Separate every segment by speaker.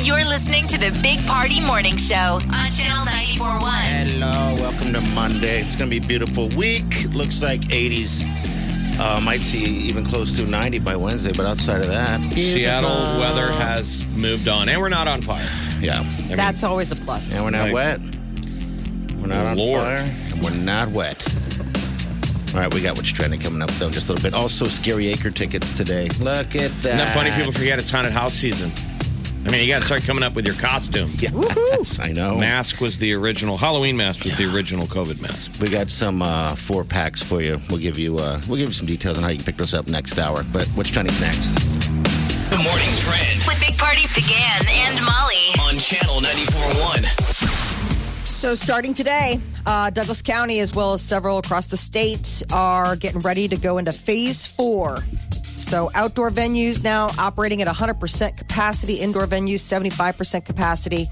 Speaker 1: You're listening to the Big Party Morning Show on Channel 941.
Speaker 2: Hello, welcome to Monday. It's going to be a beautiful week. Looks like 80s. Uh, might see even close to 90 by Wednesday, but outside of that,
Speaker 3: Seattle weather has moved on, and we're not on fire.
Speaker 2: yeah,
Speaker 4: That's always a plus.
Speaker 2: and we're not
Speaker 3: Like-
Speaker 2: wet. We're not on
Speaker 3: Lord.
Speaker 2: fire, and we're not wet. All right, we got what's trending coming up though in just a little bit. Also, Scary Acre tickets today. Look at that.
Speaker 3: Isn't that funny? People forget it's haunted house season. I mean, you got to start coming up with your costume.
Speaker 2: Yes, I know.
Speaker 3: Mask was the original Halloween mask was the original COVID mask.
Speaker 2: We got some uh, four packs for you. We'll give you uh, we'll give you some details on how you can pick those up next hour. But what's trending's next?
Speaker 5: The morning trend
Speaker 1: With Big Party began and Molly.
Speaker 5: on channel 941.
Speaker 4: So, starting today, uh, Douglas County, as well as several across the state, are getting ready to go into phase four. So, outdoor venues now operating at 100% capacity, indoor venues 75% capacity.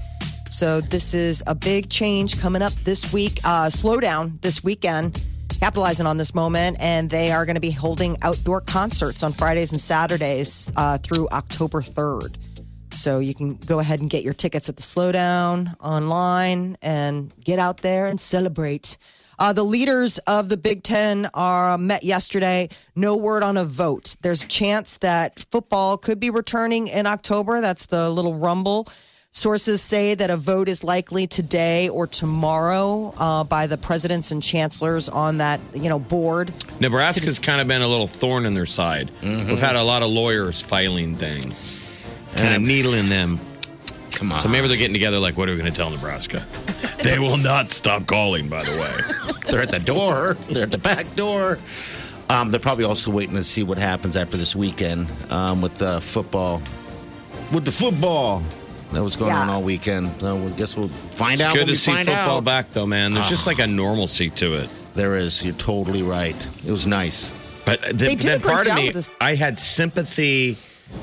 Speaker 4: So, this is a big change coming up this week. Uh, slowdown this weekend, capitalizing on this moment, and they are going to be holding outdoor concerts on Fridays and Saturdays uh, through October 3rd. So you can go ahead and get your tickets at the slowdown online and get out there and celebrate. Uh, the leaders of the Big Ten are uh, met yesterday. No word on a vote. There's a chance that football could be returning in October. That's the little rumble. Sources say that a vote is likely today or tomorrow uh, by the presidents and chancellors on that you know board.
Speaker 3: Nebraska's kind of been a little thorn in their side.
Speaker 2: Mm-hmm.
Speaker 3: We've had a lot of lawyers filing things, kind of needling them.
Speaker 2: Come on.
Speaker 3: So maybe they're getting together. Like, what are we going to tell Nebraska? they will not stop calling. By the way,
Speaker 2: They're at the door. They're at the back door. Um, they're probably also waiting to see what happens after this weekend um, with uh, football. With the football that was going
Speaker 4: Yeah.
Speaker 2: on all weekend. So I guess we'll find out.
Speaker 3: good
Speaker 2: when we
Speaker 3: to see
Speaker 2: find
Speaker 3: football
Speaker 2: out. Ah.
Speaker 3: back though, man. There's just like a normalcy to it.
Speaker 2: There is. You're totally right. It was nice.
Speaker 3: But th-
Speaker 4: They did a
Speaker 3: then
Speaker 4: great
Speaker 3: part of
Speaker 4: job
Speaker 3: me,
Speaker 4: with this.
Speaker 3: I had sympathy,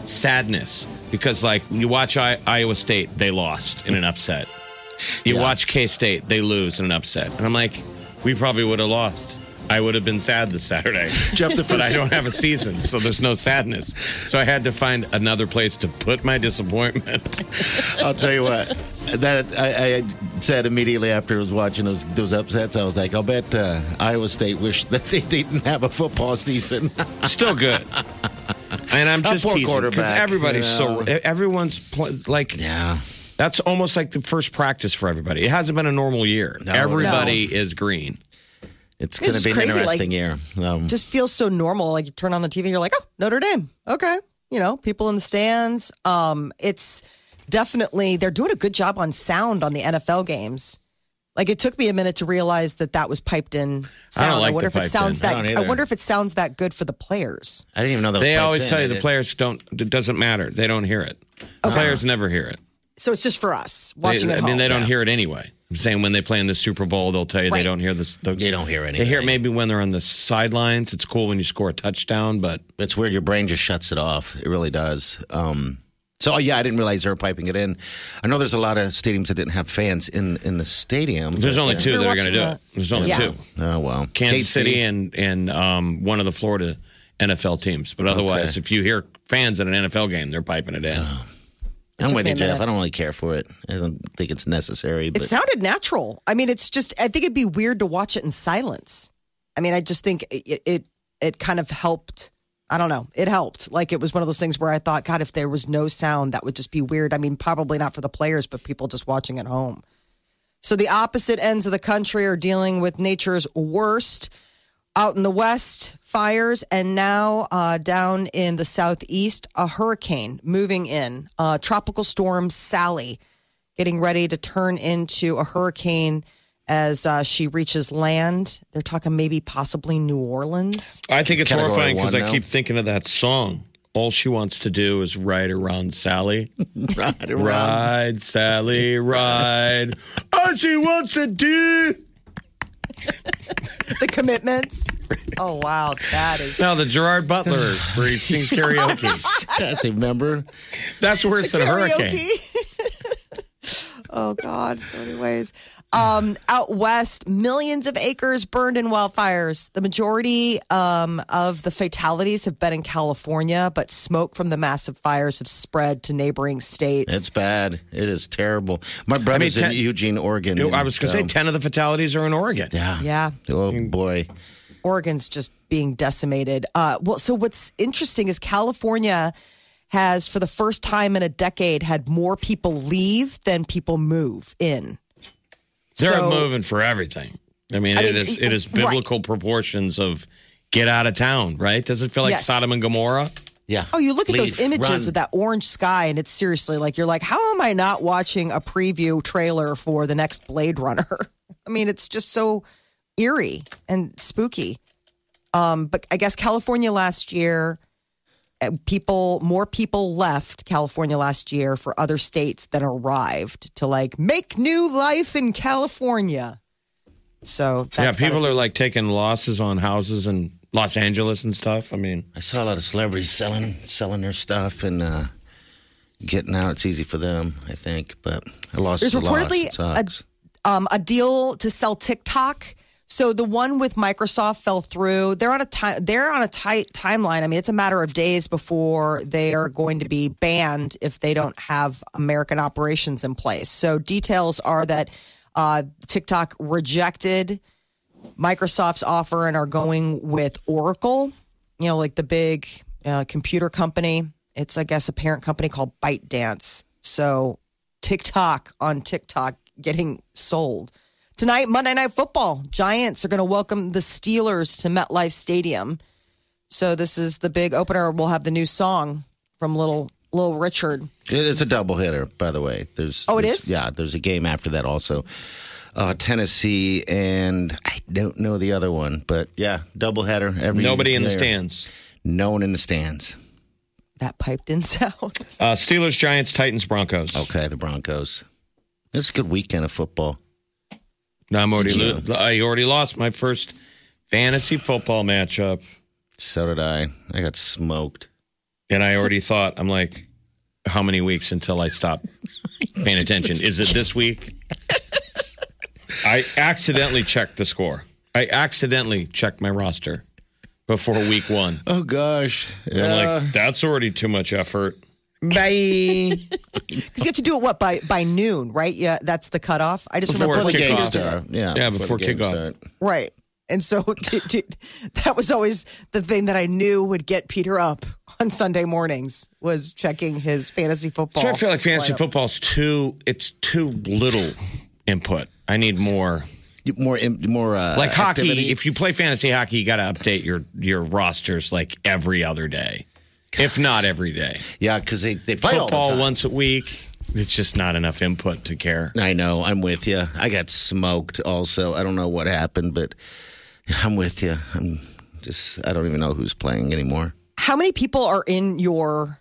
Speaker 3: sadness because like you watch I- Iowa State, they lost in an upset. You
Speaker 2: Yeah.
Speaker 3: watch K State, they lose in an upset, and I'm like, we probably would have lost. I would have been sad this Saturday,
Speaker 2: Jeff, the
Speaker 3: but I
Speaker 2: first-
Speaker 3: don't have a season, so there's no sadness. So I had to find another place to put my disappointment.
Speaker 2: I'll tell you what. That I, I said immediately after I was watching those those upsets, I was like, I'll bet uh, Iowa State wished that they didn't have a football season.
Speaker 3: Still good. And I'm just
Speaker 2: poor
Speaker 3: teasing because
Speaker 2: quarterback,
Speaker 3: everybody's
Speaker 2: you know.
Speaker 3: so everyone's pl- like
Speaker 2: yeah.
Speaker 3: That's almost like the first practice for everybody. It hasn't been a normal year. everybody is green.
Speaker 2: It's going to
Speaker 4: It's
Speaker 2: be an
Speaker 4: crazy,
Speaker 2: interesting
Speaker 4: like-
Speaker 2: year. Um,
Speaker 4: just feels so normal. Like you turn on the TV, you're like, oh, Notre Dame. Okay. You know, people in the stands. Um, it's definitely, they're doing a good job on sound on the NFL games. Like it took me a minute to realize that that was piped in sound.
Speaker 3: like
Speaker 4: wonder
Speaker 3: the
Speaker 4: if it
Speaker 3: piped
Speaker 4: sounds
Speaker 3: in.
Speaker 2: I
Speaker 4: that.
Speaker 2: don't
Speaker 4: I
Speaker 2: either.
Speaker 4: wonder if it sounds that good for the players.
Speaker 2: I didn't even know that. was
Speaker 3: They
Speaker 2: piped
Speaker 3: always
Speaker 2: in.
Speaker 3: tell
Speaker 2: I
Speaker 3: you the
Speaker 2: did-
Speaker 3: players don't. It doesn't matter. They don't hear it. The players never hear it.
Speaker 4: So it's just for us
Speaker 3: They,
Speaker 4: watching it.
Speaker 3: I
Speaker 4: home.
Speaker 3: mean, they don't hear it anyway. I'm saying when they play in the Super Bowl, they'll tell you
Speaker 4: Right.
Speaker 3: they don't hear this. The,
Speaker 2: They don't hear
Speaker 3: They hear it
Speaker 2: anything.
Speaker 3: maybe when they're on the sidelines. It's cool when you score a touchdown, but
Speaker 2: It's weird. Your brain just shuts it off. It really does. Um, so yeah, I didn't realize they were piping it in. I know there's a lot of stadiums that didn't have fans in in the stadium.
Speaker 3: there's
Speaker 2: but,
Speaker 3: only
Speaker 2: yeah.
Speaker 3: two that
Speaker 4: We're
Speaker 3: are going to do
Speaker 4: watching
Speaker 3: it. There's only
Speaker 4: Yeah.
Speaker 3: two:
Speaker 2: Oh well,
Speaker 3: Kansas
Speaker 2: KC.
Speaker 3: City and and um, one of the Florida NFL teams. But otherwise, if you hear fans at an NFL game, they're piping it in.
Speaker 2: I'm
Speaker 4: took
Speaker 2: with
Speaker 4: me
Speaker 2: you,
Speaker 4: a
Speaker 2: Jeff.
Speaker 4: minute.
Speaker 2: I don't really care for it. I don't think it's necessary. But
Speaker 4: It sounded natural. I mean, it's just, I think it'd be weird to watch it in silence. I mean, I just think it, it, it kind of helped. I don't know. It helped. Like it was one of those things where I thought, God, if there was no sound, that would just be weird. I mean, probably not for the players, but people just watching at home. So the opposite ends of the country are dealing with nature's worst. Out in the west, fires, and now uh, down in the southeast, a hurricane moving in. Uh, tropical storm Sally getting ready to turn into a hurricane as uh, she reaches land. They're talking maybe possibly New Orleans.
Speaker 3: I think it's
Speaker 2: Category
Speaker 3: horrifying because
Speaker 2: one
Speaker 3: I
Speaker 2: now.
Speaker 3: keep thinking of that song. All she wants to do is ride around Sally.
Speaker 2: Right around.
Speaker 3: Ride, Sally, ride. All she wants to do.
Speaker 4: The commitments. Oh wow, that is
Speaker 3: Now, the Gerard Butler, where he sings karaoke.
Speaker 2: Yes, remember?
Speaker 3: That's worse than Hurricane.
Speaker 4: karaoke. oh God, so many ways. Um, out west, millions of acres burned in wildfires. The majority um, of the fatalities have been in California, but smoke from the massive fires have spread to neighboring states.
Speaker 2: It's bad. It is terrible. My brother's
Speaker 3: ten-
Speaker 2: in Eugene, Oregon.
Speaker 3: You know, I was going to say
Speaker 2: and, um,
Speaker 3: 10 of the fatalities are in Oregon.
Speaker 2: Yeah.
Speaker 4: yeah,
Speaker 2: Oh boy.
Speaker 4: Oregon's just being decimated. Uh, well, so what's interesting is California has, for the first time in a decade, had more people leave than people move in.
Speaker 3: They're
Speaker 4: So-
Speaker 3: moving for everything. I mean,
Speaker 4: I
Speaker 3: it
Speaker 4: mean,
Speaker 3: is
Speaker 4: y-
Speaker 3: it is
Speaker 4: right.
Speaker 3: biblical proportions of get out of town, right? Does it feel like
Speaker 4: Yes.
Speaker 3: Sodom and Gomorrah?
Speaker 2: Yeah.
Speaker 4: Oh, you look at those
Speaker 2: Leave.
Speaker 4: images
Speaker 2: Run.
Speaker 4: of that orange sky, and it's seriously like you're like, how am I not watching a preview trailer for the next Blade Runner? I mean, it's just so eerie and spooky. Um, but I guess California last year, uh, people more people left California last year for other states than arrived to like make new life in California. So that's
Speaker 3: yeah, people are like taking losses on houses in Los Angeles and stuff. I mean,
Speaker 2: I saw a lot of celebrities selling selling their stuff and uh, getting out. It's easy for them, I think. But a loss is
Speaker 4: There's
Speaker 2: a loss.
Speaker 4: reportedly
Speaker 2: It sucks.
Speaker 4: a, um, a deal to sell TikTok. So the one with Microsoft fell through. They're on a time. They're on a tight timeline. I mean, it's a matter of days before they are going to be banned if they don't have American operations in place. So details are that uh, TikTok rejected Microsoft's offer and are going with Oracle. You know, like the big uh, computer company. It's, I guess, a parent company called ByteDance. So TikTok on TikTok getting sold. Tonight, Monday Night Football, Giants are going to welcome the Steelers to MetLife Stadium. So this is the big opener. We'll have the new song from Little Little Richard.
Speaker 2: It is a double hitter, by the way. There's
Speaker 4: Oh, it
Speaker 2: there's-
Speaker 4: is?
Speaker 2: Yeah, there's a game after that also. Uh, Tennessee and I don't know the other one, but yeah, double header. Every
Speaker 3: nobody in the
Speaker 2: there.
Speaker 3: stands.
Speaker 2: No one in the stands.
Speaker 4: That piped in sound.
Speaker 3: Uh, Steelers, Giants, Titans, Broncos.
Speaker 2: Okay, the Broncos. This is a good weekend of football.
Speaker 3: Now I'm already
Speaker 2: Did
Speaker 3: lo- I already lost my first fantasy football matchup,
Speaker 2: So did I. I got smoked.
Speaker 3: and I already thought I'm like, how many weeks until I stop paying attention? Is it this week? I accidentally checked the score. I accidentally checked my roster before week one.
Speaker 2: Oh gosh.
Speaker 3: And
Speaker 2: Yeah.
Speaker 3: I'm like, that's already too much effort. Bye.
Speaker 4: Because you have to do it what by by noon, right? Yeah, that's the cutoff. I just
Speaker 3: Before
Speaker 4: remember
Speaker 2: before the game
Speaker 3: kickoff.
Speaker 2: start. Yeah,
Speaker 3: Yeah, before
Speaker 2: the game
Speaker 3: kickoff.
Speaker 2: start.
Speaker 4: Right. And so to, to, that was always the thing that I knew would get Peter up on Sunday mornings was checking his fantasy football.
Speaker 3: So I feel like fantasy
Speaker 4: lineup.
Speaker 3: football's too it's too little input. I need more.
Speaker 2: More, im- more uh,
Speaker 3: Like hockey,
Speaker 2: activity.
Speaker 3: if you play fantasy hockey, you got to update your your rosters like every other day. If not every day.
Speaker 2: yeah, because they they play all the
Speaker 3: Football
Speaker 2: time.
Speaker 3: once a week. It's just not enough input to care.
Speaker 2: I know. I'm with you. I got smoked. Also, I don't know what happened, but I'm with you. I'm just. I don't even know who's playing anymore.
Speaker 4: How many people are in your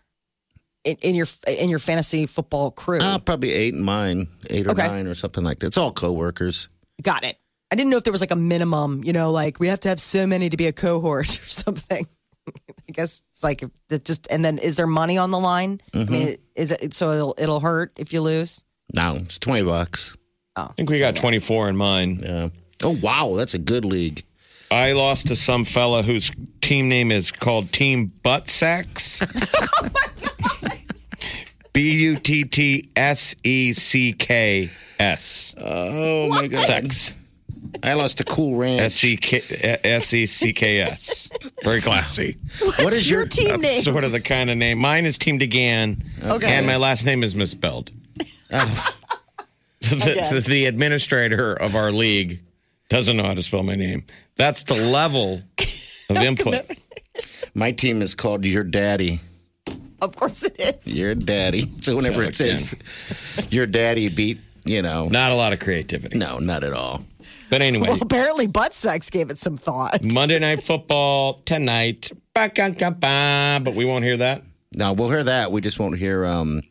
Speaker 4: in, in your in your fantasy football crew?
Speaker 3: Um,
Speaker 2: Uh, probably eight in mine, eight or
Speaker 4: Okay.
Speaker 2: nine or something like that. It's all coworkers.
Speaker 4: Got it. I didn't know if there was like a minimum, you know, like we have to have so many to be a cohort or something. I guess it's like it just and then is there money on the line? I mean,
Speaker 3: Mm-hmm.
Speaker 4: is it so it'll it'll hurt if you lose?
Speaker 2: No, it's twenty bucks.
Speaker 3: I think we got 24 in mine.
Speaker 2: Yeah. Oh wow, that's a good league.
Speaker 3: I lost to some fella whose team name is called Team Butt Sacks.
Speaker 2: Oh
Speaker 3: B U T T S E C K S.
Speaker 2: Oh my god.
Speaker 3: Sex.
Speaker 2: I lost a cool ranch.
Speaker 3: S E K S E C K S. Very classy.
Speaker 2: what is your?
Speaker 4: team
Speaker 3: That's sort of the kind of name. Mine is Team DeGan.
Speaker 4: Okay.
Speaker 3: And my last name is misspelled.
Speaker 2: Oh.
Speaker 3: the, the, the administrator of our league doesn't know how to spell my name. That's the level of input.
Speaker 2: my team is called Your Daddy.
Speaker 4: Of course it is.
Speaker 2: Your Daddy. So whenever it
Speaker 3: Again.
Speaker 2: says Your Daddy beat, you know,
Speaker 3: Not a lot of creativity.
Speaker 2: no, not at all.
Speaker 3: But anyway,
Speaker 4: Well, apparently butt sex gave it some thought.
Speaker 3: Monday Night Football tonight. Bye. Ba-ba-ba-ba-ba, But we won't hear that.
Speaker 2: No, we'll hear that. We just won't hear um,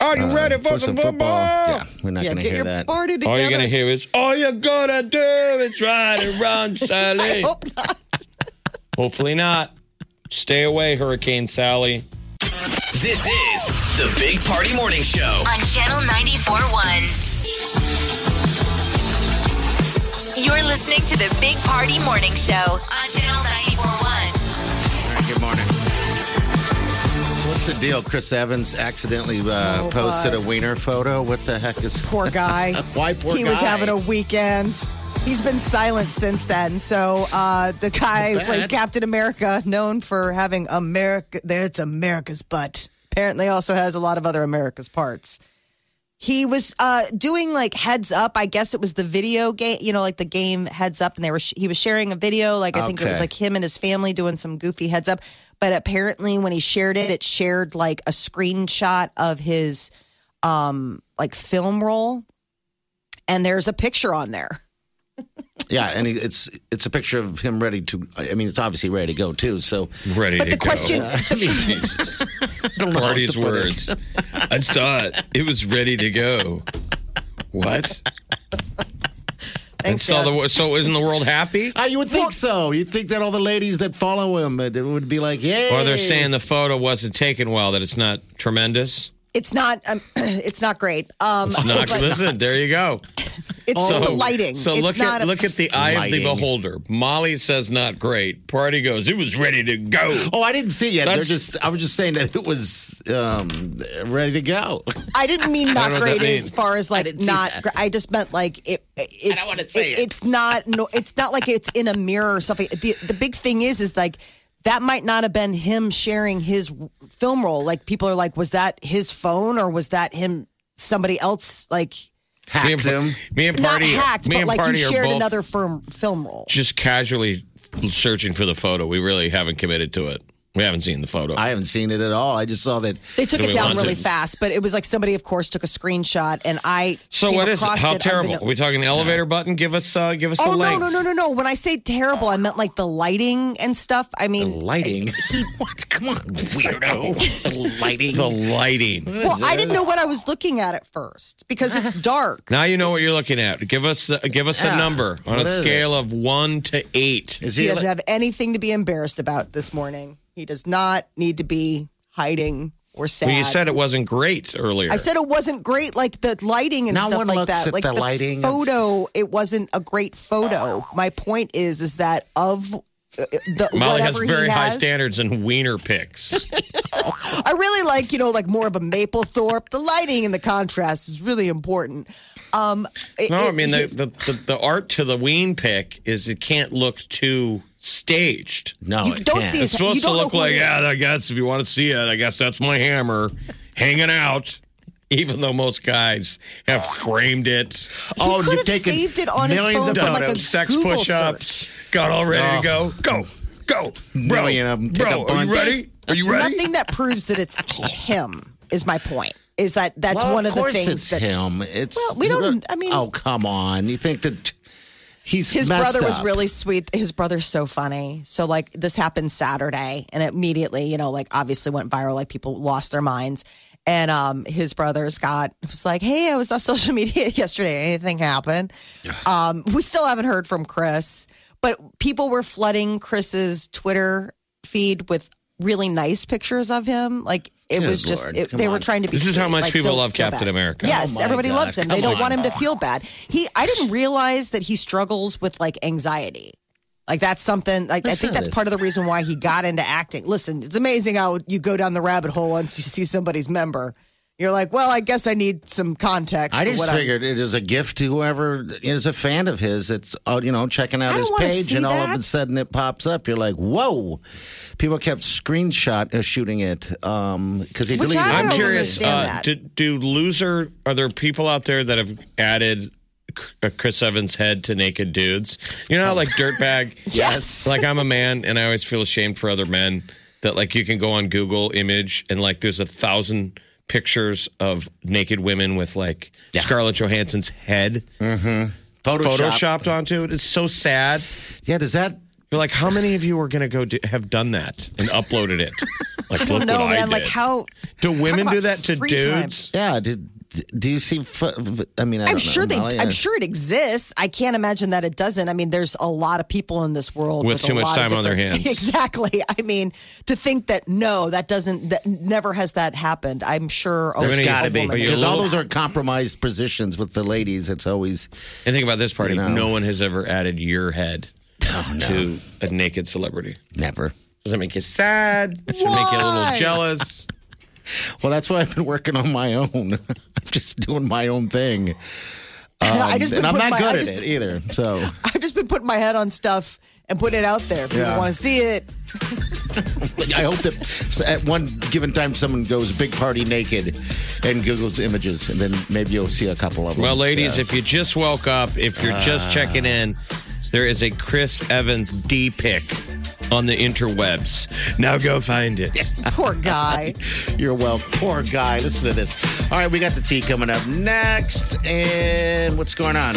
Speaker 3: Are you ready Uh, for
Speaker 2: for some
Speaker 3: some football?
Speaker 2: football. Yeah, we're not
Speaker 4: Yeah,
Speaker 2: going to
Speaker 4: get
Speaker 2: hear
Speaker 4: your
Speaker 2: that.
Speaker 4: party together.
Speaker 3: All you're going to hear is, all you're going to do is ride and run, Sally.
Speaker 4: Hope not.
Speaker 3: Hopefully not. Stay away, Hurricane Sally.
Speaker 5: This is the Big Party Morning Show.
Speaker 1: on Channel 94.1. You're listening to the Big Party Morning Show on Channel 94.1.
Speaker 2: Good morning. So what's the deal? Chris Evans accidentally uh,
Speaker 4: Oh,
Speaker 2: posted
Speaker 4: God.
Speaker 2: a wiener photo. What the heck is?
Speaker 4: Poor guy.
Speaker 2: Why poor
Speaker 4: he was
Speaker 2: guy?
Speaker 4: having a weekend. He's been silent since then. So uh, the guy who
Speaker 2: Bad.
Speaker 4: plays Captain America, known for having America. That's America's butt. Apparently, also has a lot of other America's parts. He was uh, doing like heads up. I guess it was the video game. You know, like the game heads up, and they were sh- he was sharing a video. Like I think it was
Speaker 2: Okay.
Speaker 4: like him and his family doing some goofy heads up. But apparently, when he shared it, it shared like a screenshot of his um, like film roll and there's a picture on there.
Speaker 2: Yeah, and he, it's it's a picture of him ready to. I mean, it's obviously ready to go too. So
Speaker 3: Ready
Speaker 4: But
Speaker 3: to
Speaker 4: the question,
Speaker 3: go.
Speaker 4: the,
Speaker 2: I don't know how else
Speaker 3: Party's
Speaker 2: to put it.
Speaker 3: words. I saw it. It was ready to go. What? And
Speaker 4: thanks,
Speaker 3: saw
Speaker 4: Dad.
Speaker 3: the wo- so isn't the world happy?
Speaker 2: Ah, you would think so. You'd think that all the ladies that follow him it, it would be like, yeah.
Speaker 3: Or they're saying the photo wasn't taken well, that it's not tremendous.
Speaker 4: it's not, um, it's not great. Um,
Speaker 3: It's not.
Speaker 4: but
Speaker 3: listen, there you go.
Speaker 4: it's just the lighting.
Speaker 3: So
Speaker 4: it's
Speaker 3: look
Speaker 4: not
Speaker 3: at
Speaker 4: a-
Speaker 3: look at the eye of the
Speaker 2: Lighting.
Speaker 3: beholder. Molly says not great. Party goes. It was ready to go.
Speaker 2: Oh, I didn't see it yet. They're
Speaker 3: That's-
Speaker 2: just. I was just saying that it was um, ready to go.
Speaker 4: I didn't mean
Speaker 3: I
Speaker 4: not
Speaker 3: don't know what
Speaker 4: great
Speaker 3: that
Speaker 4: as
Speaker 3: means.
Speaker 4: far as like
Speaker 2: didn't see
Speaker 4: not.
Speaker 2: that.
Speaker 4: gr- I just meant like it. It's,
Speaker 2: wanna say it.
Speaker 4: It's not. No, it's not like it's in a mirror or something. The the big thing is is like that might not have been him sharing his film roll. Like people are like, was that his phone or was that him? Somebody else like
Speaker 3: Me
Speaker 2: Hacked
Speaker 3: and,
Speaker 2: him.
Speaker 3: me and party.
Speaker 4: not hacked,
Speaker 3: me
Speaker 4: but
Speaker 3: and
Speaker 4: like you
Speaker 3: party are
Speaker 4: shared
Speaker 3: both
Speaker 4: another firm film roll.
Speaker 3: just casually searching for the photo. We really haven't committed to it. We haven't seen the photo.
Speaker 2: I haven't seen it at all. I just saw that.
Speaker 4: They took
Speaker 3: Do
Speaker 4: it
Speaker 3: we
Speaker 4: down
Speaker 3: want
Speaker 4: really
Speaker 3: to?
Speaker 4: fast, but it was like somebody, of course, took a screenshot, and I
Speaker 3: so
Speaker 4: came
Speaker 3: what is it?
Speaker 4: across
Speaker 3: How
Speaker 4: it
Speaker 3: terrible?
Speaker 4: unbeknown-
Speaker 3: Are we talking elevator button? Give us uh, give us
Speaker 4: Oh
Speaker 3: a
Speaker 4: no
Speaker 3: link.
Speaker 4: no no no no! When I say terrible, I meant like the lighting and stuff. I
Speaker 3: Oh.
Speaker 4: mean,
Speaker 2: Lighting. What? Come on, weirdo. Lighting.
Speaker 3: The lighting.
Speaker 4: well, I didn't know what I was looking at at first because it's dark.
Speaker 3: Now you know what you're looking at. Give us uh, give us a
Speaker 2: Yeah.
Speaker 3: number on
Speaker 2: What
Speaker 3: a
Speaker 2: is it?
Speaker 3: scale of one to eight.
Speaker 2: Is
Speaker 4: He
Speaker 2: he?
Speaker 4: doesn't have anything to be embarrassed about this morning. He does not need to be hiding or sad.
Speaker 3: Well, you said it wasn't great earlier.
Speaker 4: I said it wasn't great, like the lighting and
Speaker 2: No
Speaker 4: stuff
Speaker 2: one
Speaker 4: like
Speaker 2: looks
Speaker 4: that.
Speaker 2: at
Speaker 4: like
Speaker 2: the lighting of-
Speaker 4: photo, it wasn't a great photo. My point is, is that of uh, the
Speaker 3: Molly has
Speaker 4: whatever
Speaker 3: very
Speaker 4: he
Speaker 3: high
Speaker 4: has,
Speaker 3: standards in wiener picks.
Speaker 4: I really like, you know, like more of a Maplethorpe. the lighting and the contrast is really important. Um, it-
Speaker 3: No, I
Speaker 4: it-
Speaker 3: mean the,
Speaker 4: his-
Speaker 3: the, the, the art to the ween pick is it can't look too staged.
Speaker 2: no,
Speaker 4: you
Speaker 2: it
Speaker 4: don't
Speaker 2: can't.
Speaker 4: see his
Speaker 3: It's supposed
Speaker 4: you don't
Speaker 3: to
Speaker 4: know
Speaker 3: look
Speaker 4: who
Speaker 3: like,
Speaker 4: it is.
Speaker 3: yeah, I guess if you want to see it, I guess that's my hammer hanging out. Even though most guys have framed it,
Speaker 2: Oh,
Speaker 4: could
Speaker 2: you've
Speaker 4: have
Speaker 2: taken
Speaker 4: saved it on his
Speaker 2: millions
Speaker 4: phone
Speaker 2: of
Speaker 4: from, like,
Speaker 2: photos.
Speaker 4: a
Speaker 3: sex
Speaker 4: Google
Speaker 3: push-ups, got all ready to go, go, go, bro,
Speaker 2: Oh. Million of 'em. Take
Speaker 3: bro,
Speaker 2: a
Speaker 3: are
Speaker 2: bunch.
Speaker 3: you ready? Are you ready?
Speaker 4: Nothing that proves that it's him is my point. Is that that's
Speaker 2: Well,
Speaker 4: one of, the
Speaker 2: course
Speaker 4: things
Speaker 2: it's
Speaker 4: that
Speaker 2: him. It's
Speaker 4: Well, we don't- I mean-
Speaker 2: oh come on! You think that he's
Speaker 4: His
Speaker 2: messed
Speaker 4: brother was
Speaker 2: up.
Speaker 4: really sweet. His brother's so funny. So like this happened Saturday and it immediately, you know, like obviously went viral, like people lost their minds. And um his brother Scott was like, Hey, I was on social media yesterday. Anything happened? Um, we still haven't heard from Chris, but people were flooding Chris's Twitter feed with really nice pictures of him. Like it
Speaker 2: Good
Speaker 4: was just
Speaker 2: Lord,
Speaker 4: it,
Speaker 2: come
Speaker 4: they were
Speaker 2: on.
Speaker 4: trying to be
Speaker 3: This is how
Speaker 4: sweet,
Speaker 3: much
Speaker 4: like,
Speaker 3: people
Speaker 4: don't
Speaker 3: love
Speaker 4: feel
Speaker 3: Captain
Speaker 4: bad.
Speaker 3: America.
Speaker 4: Yes,
Speaker 2: my
Speaker 4: everybody
Speaker 2: God,
Speaker 4: loves him. They
Speaker 2: come
Speaker 4: don't want
Speaker 2: on.
Speaker 4: him to feel bad. He I didn't realize that he struggles with like anxiety. Like that's something like I
Speaker 2: That's
Speaker 4: think
Speaker 2: not
Speaker 4: that's
Speaker 2: it.
Speaker 4: part of the reason why he got into acting. Listen, it's amazing how you go down the rabbit hole once you see somebody's member. You're like, well, I guess I need some context.
Speaker 2: I
Speaker 4: for
Speaker 2: just
Speaker 4: what I'm-
Speaker 2: figured it is a gift to whoever is a fan of his. It's uh, you know checking out
Speaker 4: I
Speaker 2: his
Speaker 4: don't wanna
Speaker 2: page,
Speaker 4: see
Speaker 2: and all of
Speaker 4: that.
Speaker 2: a sudden it pops up. You're like, whoa! People kept screenshot uh, shooting it because he
Speaker 4: Which
Speaker 2: deleted.
Speaker 4: I
Speaker 2: it.
Speaker 4: don't
Speaker 3: I'm curious.
Speaker 4: understand
Speaker 3: Uh,
Speaker 4: that.
Speaker 3: do, do loser? Are there people out there that have added C- uh, Chris Evans' head to naked dudes? You know, how, like dirtbag.
Speaker 4: Oh. Yes.
Speaker 3: Like I'm a man, and I always feel ashamed for other men. That like you can go on Google Image and like there's a thousand pictures of naked women with like Scarlett Johansson's head
Speaker 4: Mm-hmm.
Speaker 2: Photoshop.
Speaker 3: photoshopped onto it. It's so sad.
Speaker 2: Yeah, does that
Speaker 3: You're like, how many of you are going to go do, have done that and uploaded it? Like, look
Speaker 4: No,
Speaker 3: what I
Speaker 4: man.
Speaker 3: did.
Speaker 4: Like how?
Speaker 3: do women
Speaker 4: about
Speaker 3: do that to
Speaker 4: free time.
Speaker 3: dudes?
Speaker 2: Yeah. Did, do you see? fu- I mean, I
Speaker 4: I'm
Speaker 2: don't
Speaker 4: sure
Speaker 2: know,
Speaker 4: they.
Speaker 2: Molly,
Speaker 4: I'm
Speaker 2: yeah.
Speaker 4: sure it exists. I can't imagine that it doesn't. I mean, there's a lot of people in this world
Speaker 3: With
Speaker 4: a
Speaker 3: too much
Speaker 4: lot of
Speaker 3: time on their
Speaker 4: different-
Speaker 3: hands.
Speaker 4: Exactly. I mean, to think that no, that doesn't. That never has that happened. I'm sure. a-
Speaker 2: There's
Speaker 3: They're gonna
Speaker 2: got to
Speaker 4: a
Speaker 2: be
Speaker 3: Are
Speaker 4: woman-
Speaker 3: you
Speaker 2: because all
Speaker 3: little-
Speaker 2: those are compromised positions with the ladies. It's always
Speaker 3: And think about this party.
Speaker 2: You know.
Speaker 3: No one has ever added your head to a naked celebrity.
Speaker 2: never.
Speaker 3: Does that make you sad? Does it make you a little jealous?
Speaker 2: Well, that's why I've been working on my own. I'm just doing my own thing,
Speaker 4: I just been
Speaker 2: and I'm not
Speaker 4: putting my,
Speaker 2: good at
Speaker 4: I just,
Speaker 2: it either. So
Speaker 4: I've just been putting my head on stuff and putting it out there. If
Speaker 2: Yeah.
Speaker 4: people want to see it,
Speaker 2: I hope that so at one given time someone goes big party naked and Google's images, and then maybe you'll see a couple of them.
Speaker 3: Well, ladies, if you just woke up, if you're just checking in, there is a Chris Evans D pick on the interwebs. Now go find it.
Speaker 4: poor guy.
Speaker 2: You're well, poor guy. Listen to this. All right, we got the tea coming up next, and what's going on?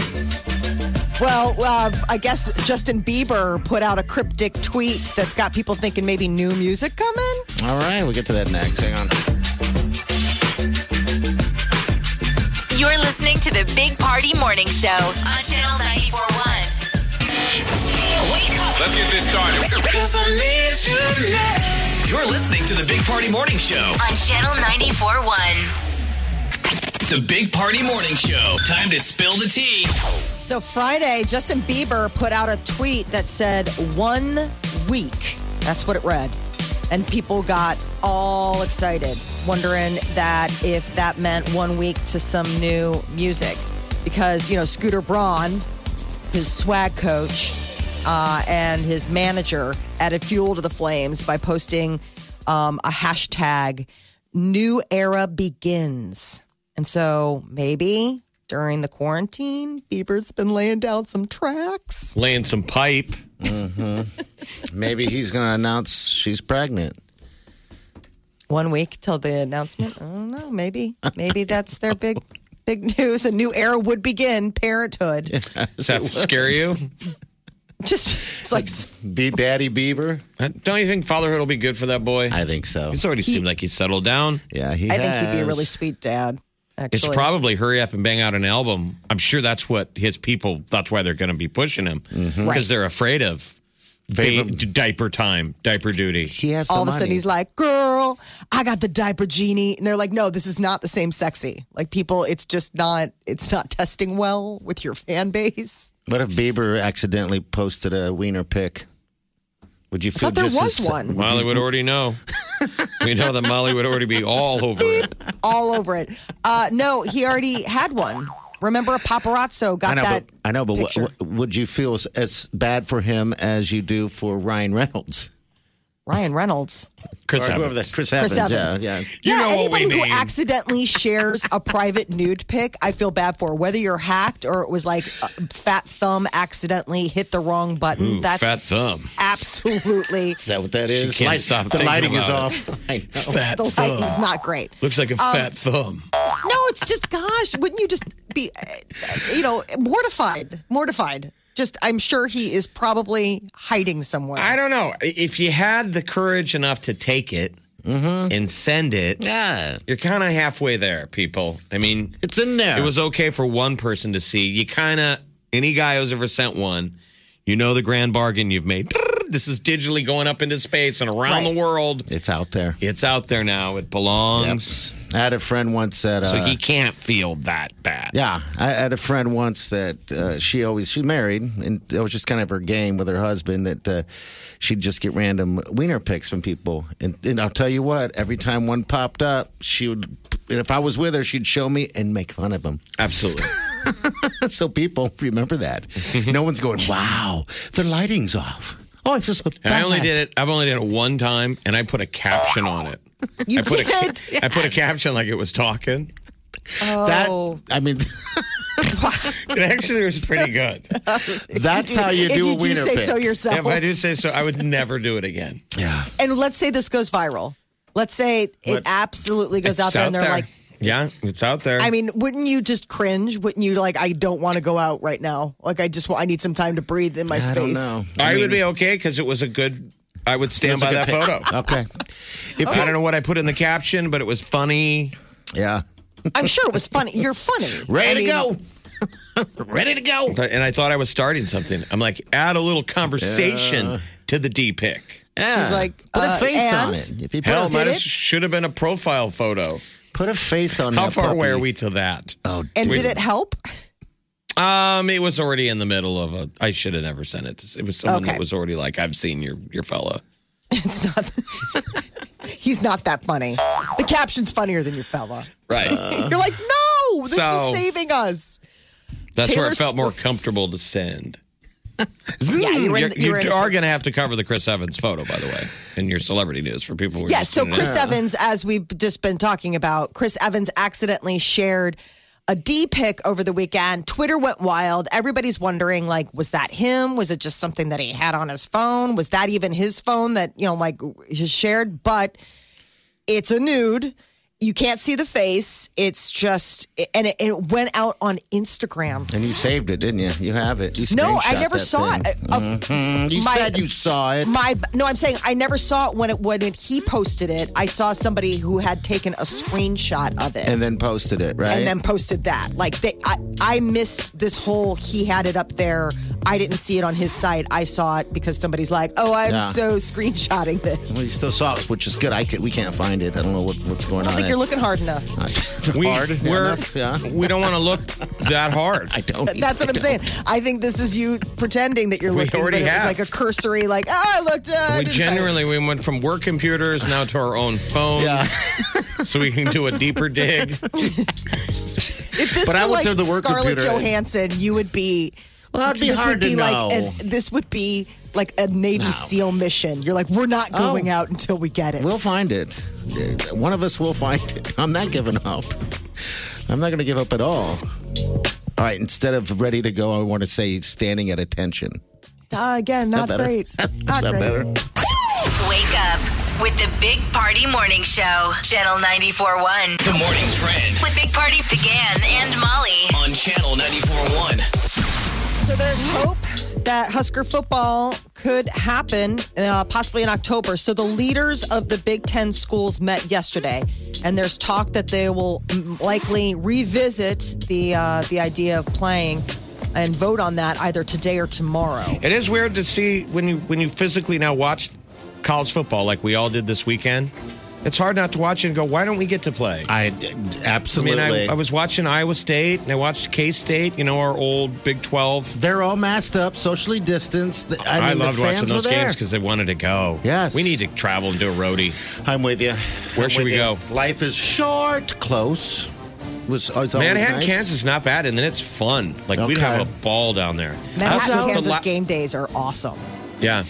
Speaker 4: Well, uh, I guess Justin Bieber put out a cryptic tweet that's got people thinking maybe new music coming.
Speaker 2: All right, we'll get to that next. Hang on.
Speaker 1: You're listening to the Big Party Morning Show on Channel 941. Wake up
Speaker 5: Let's get this started. Cause I need you now. You're listening to the Big Party Morning Show.
Speaker 1: on Channel 941.
Speaker 5: The Big Party Morning Show. Time to spill the tea.
Speaker 4: So Friday, Justin Bieber put out a tweet that said one week. That's what it read. And people got all excited, wondering that if that meant one week to some new music. Because, you know, Scooter Braun, his swag coach, uh, and his manager added fuel to the flames by posting um, a hashtag new era begins. And so maybe during the quarantine, Bieber's been laying down some tracks.
Speaker 3: Laying some pipe.
Speaker 2: Maybe he's going to announce she's pregnant.
Speaker 4: One week till the announcement. I don't know. Maybe, maybe that's their big, big news. A new era would begin parenthood.
Speaker 3: Does that scare you?
Speaker 4: Just, it's like,
Speaker 2: Be Daddy Bieber?
Speaker 3: Don't you think fatherhood will be good for that boy?
Speaker 2: I think so.
Speaker 3: It's already seemed like he's settled down.
Speaker 2: Yeah, he
Speaker 4: I think he'd be a really
Speaker 2: has.
Speaker 4: sweet dad.
Speaker 3: It's
Speaker 4: Actually,
Speaker 3: probably hurry up and bang out an album. I'm sure that's what his people. That's why they're going to be pushing him because
Speaker 2: Mm-hmm.
Speaker 4: Right.
Speaker 3: they're afraid of ba- diaper time, diaper duty.
Speaker 2: He has the
Speaker 4: all of a sudden
Speaker 2: money.
Speaker 4: he's like, "Girl, I got the diaper genie," and they're like, "No, this is not the same sexy. Like people, it's just not. It's not testing well with your fan base."
Speaker 2: What if Bieber accidentally posted a wiener pic? Would you feel
Speaker 4: thought there
Speaker 2: just
Speaker 4: was
Speaker 2: as-
Speaker 4: one.
Speaker 2: Would
Speaker 3: Molly
Speaker 2: you-
Speaker 3: would already know. we know that Molly would already be all over it.
Speaker 4: All over it. Uh, no, he already had one. Remember, a paparazzo got
Speaker 2: I know,
Speaker 4: that.
Speaker 2: but I know, but what,
Speaker 4: picture.
Speaker 2: what- would you feel as, as bad for him as you do for Ryan Reynolds
Speaker 4: Ryan Reynolds.
Speaker 3: Chris
Speaker 2: or whoever
Speaker 3: Evans.
Speaker 2: that Chris Evans?
Speaker 4: Chris Evans.
Speaker 2: Yeah, yeah.
Speaker 3: You
Speaker 4: yeah,
Speaker 3: know what
Speaker 4: anybody
Speaker 3: we
Speaker 4: who
Speaker 3: mean.
Speaker 4: accidentally shares a private nude pic, I feel bad for. Whether you're hacked or it was like a fat thumb accidentally hit the wrong button.
Speaker 3: Ooh,
Speaker 4: that's
Speaker 3: fat thumb.
Speaker 4: absolutely
Speaker 2: Is that what that is?
Speaker 3: can't stop
Speaker 2: the
Speaker 3: thinking
Speaker 2: lighting is
Speaker 3: about
Speaker 2: off. I know.
Speaker 3: Fat
Speaker 4: the lighting's not great.
Speaker 3: Looks like a
Speaker 2: Um,
Speaker 3: fat thumb.
Speaker 4: No, it's just, gosh, wouldn't you just be, uh, you know, mortified? Mortified. Just, I'm sure he is probably hiding somewhere.
Speaker 3: I don't know. If you had the courage enough to take it
Speaker 2: Mm-hmm.
Speaker 3: and send it,
Speaker 2: Yeah,
Speaker 3: you're kind of halfway there, people. I mean,
Speaker 2: it's in there.
Speaker 3: it was okay for one person to see. You kind of, any guy who's ever sent one, you know the grand bargain you've made. This is digitally going up into space and around the world.
Speaker 2: It's out there.
Speaker 3: It's out there now. It belongs.
Speaker 2: I had a friend once said,
Speaker 3: So
Speaker 2: uh,
Speaker 3: he can't feel that bad.
Speaker 2: Yeah, I had a friend once that uh, she always she married, and it was just kind of her game with her husband that uh, she'd just get random wiener pics from people, and, and I'll tell you what, every time one popped up, she would, and if I was with her, she'd show me and make fun of them.
Speaker 3: Absolutely.
Speaker 2: so people remember that. no one's going, wow, the lighting's off. Oh, it's just.
Speaker 3: And I only did it. I've only done it one time, and I put a caption on it.
Speaker 4: you
Speaker 3: I put a,
Speaker 4: did.
Speaker 3: I put a caption like it was talking.
Speaker 2: That,
Speaker 4: Oh.
Speaker 2: I mean,
Speaker 3: It actually was pretty good.
Speaker 2: that's how you
Speaker 4: if
Speaker 2: do
Speaker 4: you
Speaker 2: a
Speaker 4: do
Speaker 2: wiener
Speaker 4: say
Speaker 2: pic.
Speaker 4: so yourself.
Speaker 3: If I do say so, I would never do it again.
Speaker 4: and let's say this goes viral. Let's say it
Speaker 3: What?
Speaker 4: absolutely goes out
Speaker 3: It's
Speaker 4: there and
Speaker 3: out
Speaker 4: they're
Speaker 3: there.
Speaker 4: like,
Speaker 3: Yeah, it's out there.
Speaker 4: I mean, wouldn't you just cringe? Wouldn't you like? I don't want to go out right now. Like, I just want. I need some time to breathe in my
Speaker 2: I
Speaker 4: space.
Speaker 2: don't know.
Speaker 3: I would be okay because it was a good. I would stand by that photo.
Speaker 2: Okay. If
Speaker 3: I don't know what I put in the caption, but it was funny.
Speaker 2: yeah.
Speaker 4: I'm sure it was funny. You're funny. I
Speaker 2: Ready
Speaker 4: mean,
Speaker 2: to go. Ready to go.
Speaker 3: But- And I thought I was starting something. I'm like, add a little conversation to the D pic.
Speaker 2: Yeah.
Speaker 4: like,
Speaker 2: put a
Speaker 4: uh,
Speaker 2: face on
Speaker 4: and?
Speaker 2: it. If you put,
Speaker 3: Hell,
Speaker 2: a,
Speaker 3: might
Speaker 4: it?
Speaker 3: as should have been a profile photo.
Speaker 2: put a face on
Speaker 3: How
Speaker 2: that
Speaker 3: far
Speaker 2: puppy.
Speaker 3: away are we to that?
Speaker 2: Oh,
Speaker 4: And
Speaker 3: Wait.
Speaker 4: did it help?
Speaker 3: Um, it was already in the middle of a. I should have never sent it. to- It was someone
Speaker 4: Okay.
Speaker 3: that was already like, I've seen your your fella.
Speaker 4: It's not. He's not that funny. The caption's funnier than your fella.
Speaker 3: Right.
Speaker 2: Uh,
Speaker 4: You're like, no, this was
Speaker 3: So-
Speaker 4: saving us.
Speaker 3: That's where
Speaker 4: Taylor
Speaker 3: it felt more comfortable to send.
Speaker 4: Yeah, you were in
Speaker 3: You're,
Speaker 4: the- you were in
Speaker 3: you
Speaker 4: the-
Speaker 3: are going to have to cover the Chris Evans photo, by the way, in your celebrity news for people. who are
Speaker 4: Yeah,
Speaker 3: just
Speaker 4: so
Speaker 3: tuning in.
Speaker 4: Chris Evans, as we've just been talking about, Chris Evans accidentally shared a D pic over the weekend. Twitter went wild. Everybody's wondering, like, was that him? Was it just something that he had on his phone? Was that even his phone that, you know, like he shared? But it's a nude. You can't see the face. It's just, and it, it went out on Instagram.
Speaker 2: And you saved it, didn't you? You have it. You
Speaker 4: No, I
Speaker 2: screenshot
Speaker 4: never
Speaker 2: that
Speaker 4: saw
Speaker 2: thing. Mm-hmm.
Speaker 4: it. Of
Speaker 2: Mm, You
Speaker 4: My-
Speaker 2: said you saw it.
Speaker 4: my no i'm saying i never saw it when it when he posted it i saw somebody who had taken a screenshot of it and,
Speaker 2: and then posted it, right?
Speaker 4: then posted that like they I, I missed this whole he had it up there i didn't see it on his site i saw it because somebody's like oh i'm
Speaker 2: Yeah.
Speaker 4: so screenshotting this
Speaker 2: well, you still saw it, which is good. I could, we can't find it. I don't know what, what's going
Speaker 4: i
Speaker 2: on.
Speaker 4: don't think you're looking hard enough
Speaker 3: we,
Speaker 2: hard
Speaker 3: we're,
Speaker 2: enough, yeah.
Speaker 3: we don't want to look that hard.
Speaker 2: I don't.
Speaker 4: that's what i'm
Speaker 2: either.
Speaker 4: saying i think this is you pretending that you're
Speaker 3: We
Speaker 4: looking
Speaker 3: already
Speaker 4: but it was
Speaker 3: have.
Speaker 4: like a cursory like oh, i looked at
Speaker 3: We generally we went from work computers now to our own phones,
Speaker 2: Yeah.
Speaker 3: so we can do a deeper dig.
Speaker 4: if this
Speaker 2: But I
Speaker 4: were
Speaker 2: looked
Speaker 4: like
Speaker 2: at the work
Speaker 4: scarlett
Speaker 2: computer.
Speaker 4: johansson you would be
Speaker 2: Well, that'd be
Speaker 4: this
Speaker 2: hard
Speaker 4: would be
Speaker 2: to
Speaker 4: like
Speaker 2: know.
Speaker 4: A, this would be like a Navy SEAL mission. You're like, we're not going
Speaker 2: Oh.
Speaker 4: out until we get it.
Speaker 2: We'll find it. One of us will find it. I'm not giving up. I'm not going to give up at all. All right, instead of ready to go, I want to say standing at attention.
Speaker 4: Uh, again, not
Speaker 2: better?
Speaker 4: great. Not
Speaker 2: Is that
Speaker 4: great.
Speaker 2: better?
Speaker 1: Wake up with the Big Party Morning Show, Channel 94.1.
Speaker 5: The morning trend
Speaker 1: With Big Party began and Molly.
Speaker 5: on channel 94.1.
Speaker 4: So there's hope that Husker football could happen uh, possibly in October. So the leaders of the Big Ten schools met yesterday, and there's talk that they will m- likely revisit the uh, the idea of playing and vote on that either today or tomorrow.
Speaker 3: It is weird to see when you when you physically now watch college football like we all did this weekend. It's hard not to watch and go, why don't we get to play?
Speaker 2: I
Speaker 3: I mean,
Speaker 2: absolutely.
Speaker 3: I, I was watching Iowa State and I watched K State, you know, our old Big 12.
Speaker 2: They're all masked up, socially distanced. I, mean,
Speaker 3: I
Speaker 2: the
Speaker 3: loved watching
Speaker 2: fans were
Speaker 3: those
Speaker 2: there.
Speaker 3: games because they wanted to go.
Speaker 2: Yes.
Speaker 3: We need to travel and do a roadie.
Speaker 2: I'm with you.
Speaker 3: Where
Speaker 2: I'm
Speaker 3: should
Speaker 2: with
Speaker 3: we
Speaker 2: you.
Speaker 3: go?
Speaker 2: Life is short, close. Was always always
Speaker 3: Manhattan,
Speaker 2: nice.
Speaker 3: Kansas is not bad, and then it's fun. Like, we'd
Speaker 2: Okay.
Speaker 3: have a ball down there. Also,
Speaker 4: Manhattan,
Speaker 3: the
Speaker 4: Kansas
Speaker 3: la-
Speaker 4: game days are awesome.
Speaker 3: Yeah.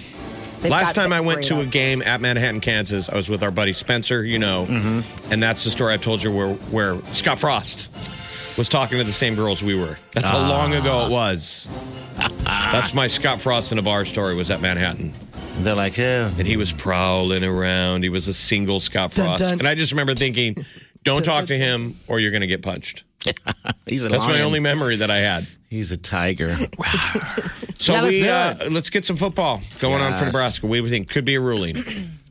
Speaker 4: They've
Speaker 3: Last
Speaker 4: got
Speaker 3: time
Speaker 4: that
Speaker 3: I went to
Speaker 4: great
Speaker 3: a game at Manhattan, Kansas, I was with our buddy Spencer, you know,
Speaker 2: Mm-hmm.
Speaker 3: and that's the story I told you where, where Scott Frost was talking to the same girls we were. That's
Speaker 2: Ah.
Speaker 3: how long ago it was. That's my Scott Frost in a bar story was at Manhattan.
Speaker 2: And they're like, yeah.
Speaker 3: And he was prowling around. He was a single Scott
Speaker 4: Dun,
Speaker 3: Frost.
Speaker 4: dun.
Speaker 3: And I just remember thinking, don't talk to him or you're going to get punched.
Speaker 2: He's a
Speaker 3: That's my
Speaker 2: lion.
Speaker 3: only memory that I had.
Speaker 2: He's a tiger.
Speaker 3: So
Speaker 2: Yeah, let's
Speaker 3: we
Speaker 2: do
Speaker 3: uh,
Speaker 2: it.
Speaker 3: let's get some football going on for
Speaker 2: Yes.
Speaker 3: Nebraska. We think could be a ruling.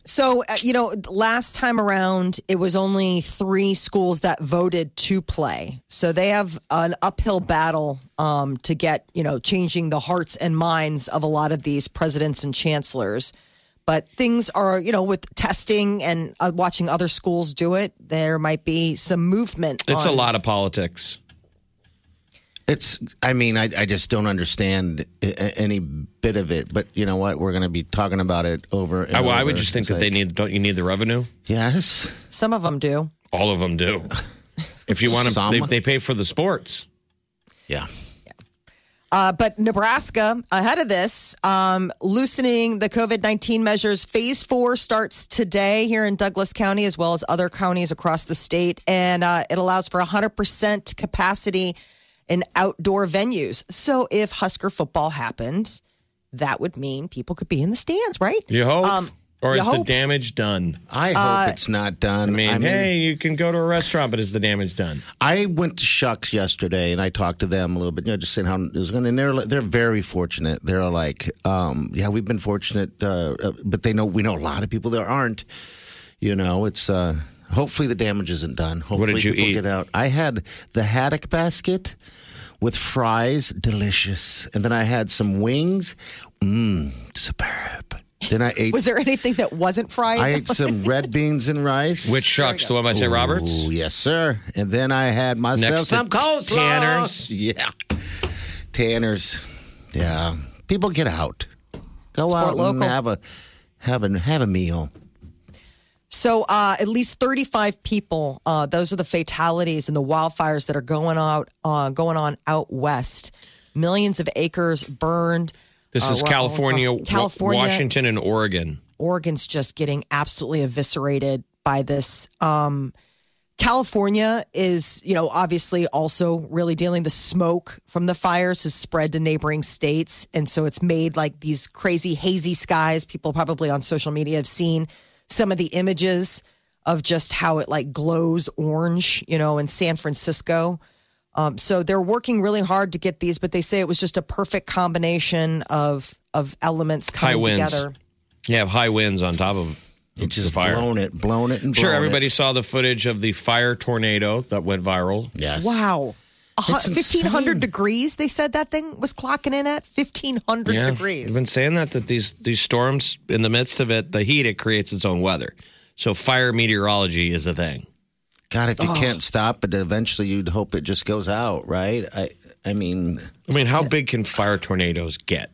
Speaker 4: So, uh, you know, last time around, it was only three schools that voted to play. So they have an uphill battle um, to get, you know, changing the hearts and minds of a lot of these presidents and chancellors. But things are, you know, with testing and uh, watching other schools do it, there might be some movement.
Speaker 3: It's a
Speaker 4: on-
Speaker 3: lot of politics.
Speaker 2: It's, I mean, I, I just don't understand a- a- any bit of it, but you know what? We're going to be talking about it over and
Speaker 3: I, well, I would
Speaker 2: over.
Speaker 3: just think
Speaker 2: It's
Speaker 3: that they
Speaker 2: like,
Speaker 3: need. Don't you need the revenue?
Speaker 2: Yes.
Speaker 4: Some of them do.
Speaker 3: All of them do. If you want to,
Speaker 2: Some.
Speaker 3: they, they pay for the sports.
Speaker 2: Yeah.
Speaker 4: Uh, but Nebraska, ahead of this, um, loosening the COVID 19 measures. Phase four starts today here in Douglas County, as well as other counties across the state. And uh, it allows for 100% capacity in outdoor venues. So if Husker football happened, that would mean people could be in the stands, right?
Speaker 3: You hope.
Speaker 4: Um,
Speaker 3: Or
Speaker 4: You
Speaker 3: is the
Speaker 4: hope.
Speaker 3: damage done?
Speaker 2: I hope it's not done.
Speaker 3: I mean, hey, you can go to a restaurant, but is the damage done?
Speaker 2: I went to Shucks yesterday and I talked to them a little bit, you know, just saying how it was going. And they're like- they're very fortunate. They're like, um, yeah, we've been fortunate, uh, uh, but they know we know a lot of people that aren't. You know, it's uh, hopefully the damage isn't done. Hopefully
Speaker 3: did you
Speaker 2: people
Speaker 3: eat?
Speaker 2: get out. I had the haddock basket with fries, delicious, and then I had some wings, mmm, superb. Then I ate.
Speaker 4: Was there anything that wasn't fried?
Speaker 2: I ate some red beans and rice.
Speaker 3: Which shucks? The one by St. Roberts?
Speaker 2: Ooh, yes, sir. And then I had myself
Speaker 3: Next to
Speaker 2: some coleslaw.
Speaker 3: Tanner's.
Speaker 2: Yeah. Tanners. Yeah. People get out. Go
Speaker 4: Support
Speaker 2: out and
Speaker 4: local.
Speaker 2: have a have a have a meal.
Speaker 4: So, uh, at least 35 people. Uh, those are the fatalities and the wildfires that are going out, uh, going on out west. Millions of acres burned.
Speaker 3: This
Speaker 4: Uh,
Speaker 3: is
Speaker 4: we're all
Speaker 3: California,
Speaker 4: across-
Speaker 3: Wa-
Speaker 4: California,
Speaker 3: Washington, and Oregon.
Speaker 4: Oregon's just getting absolutely eviscerated by this. Um, California is, you know, obviously also really dealing. The smoke from the fires has spread to neighboring states. And so it's made like these crazy hazy skies. People probably on social media have seen some of the images of just how it like glows orange, you know, in San Francisco. Um, so they're working really hard to get these, but they say it was just a perfect combination of of elements
Speaker 3: High
Speaker 4: coming
Speaker 3: winds.
Speaker 4: together.
Speaker 3: You have high winds on top of
Speaker 2: It
Speaker 3: the
Speaker 2: just
Speaker 3: fire.
Speaker 2: blown it, blown it, and blown
Speaker 3: sure, everybody
Speaker 2: It.
Speaker 3: saw the footage of the fire tornado that went viral.
Speaker 2: Yes.
Speaker 4: Wow. A hu-
Speaker 2: It's insane.
Speaker 4: 1500 degrees they said that thing was clocking in at 1500 degrees
Speaker 3: I've been saying that that these these storms in the midst of it, the heat it creates its own weather. So fire meteorology is a thing.
Speaker 2: God,
Speaker 3: Oh.
Speaker 2: if you can't stop it, eventually you'd hope it just goes out, right? I I mean,
Speaker 3: I mean, how big can fire tornadoes get?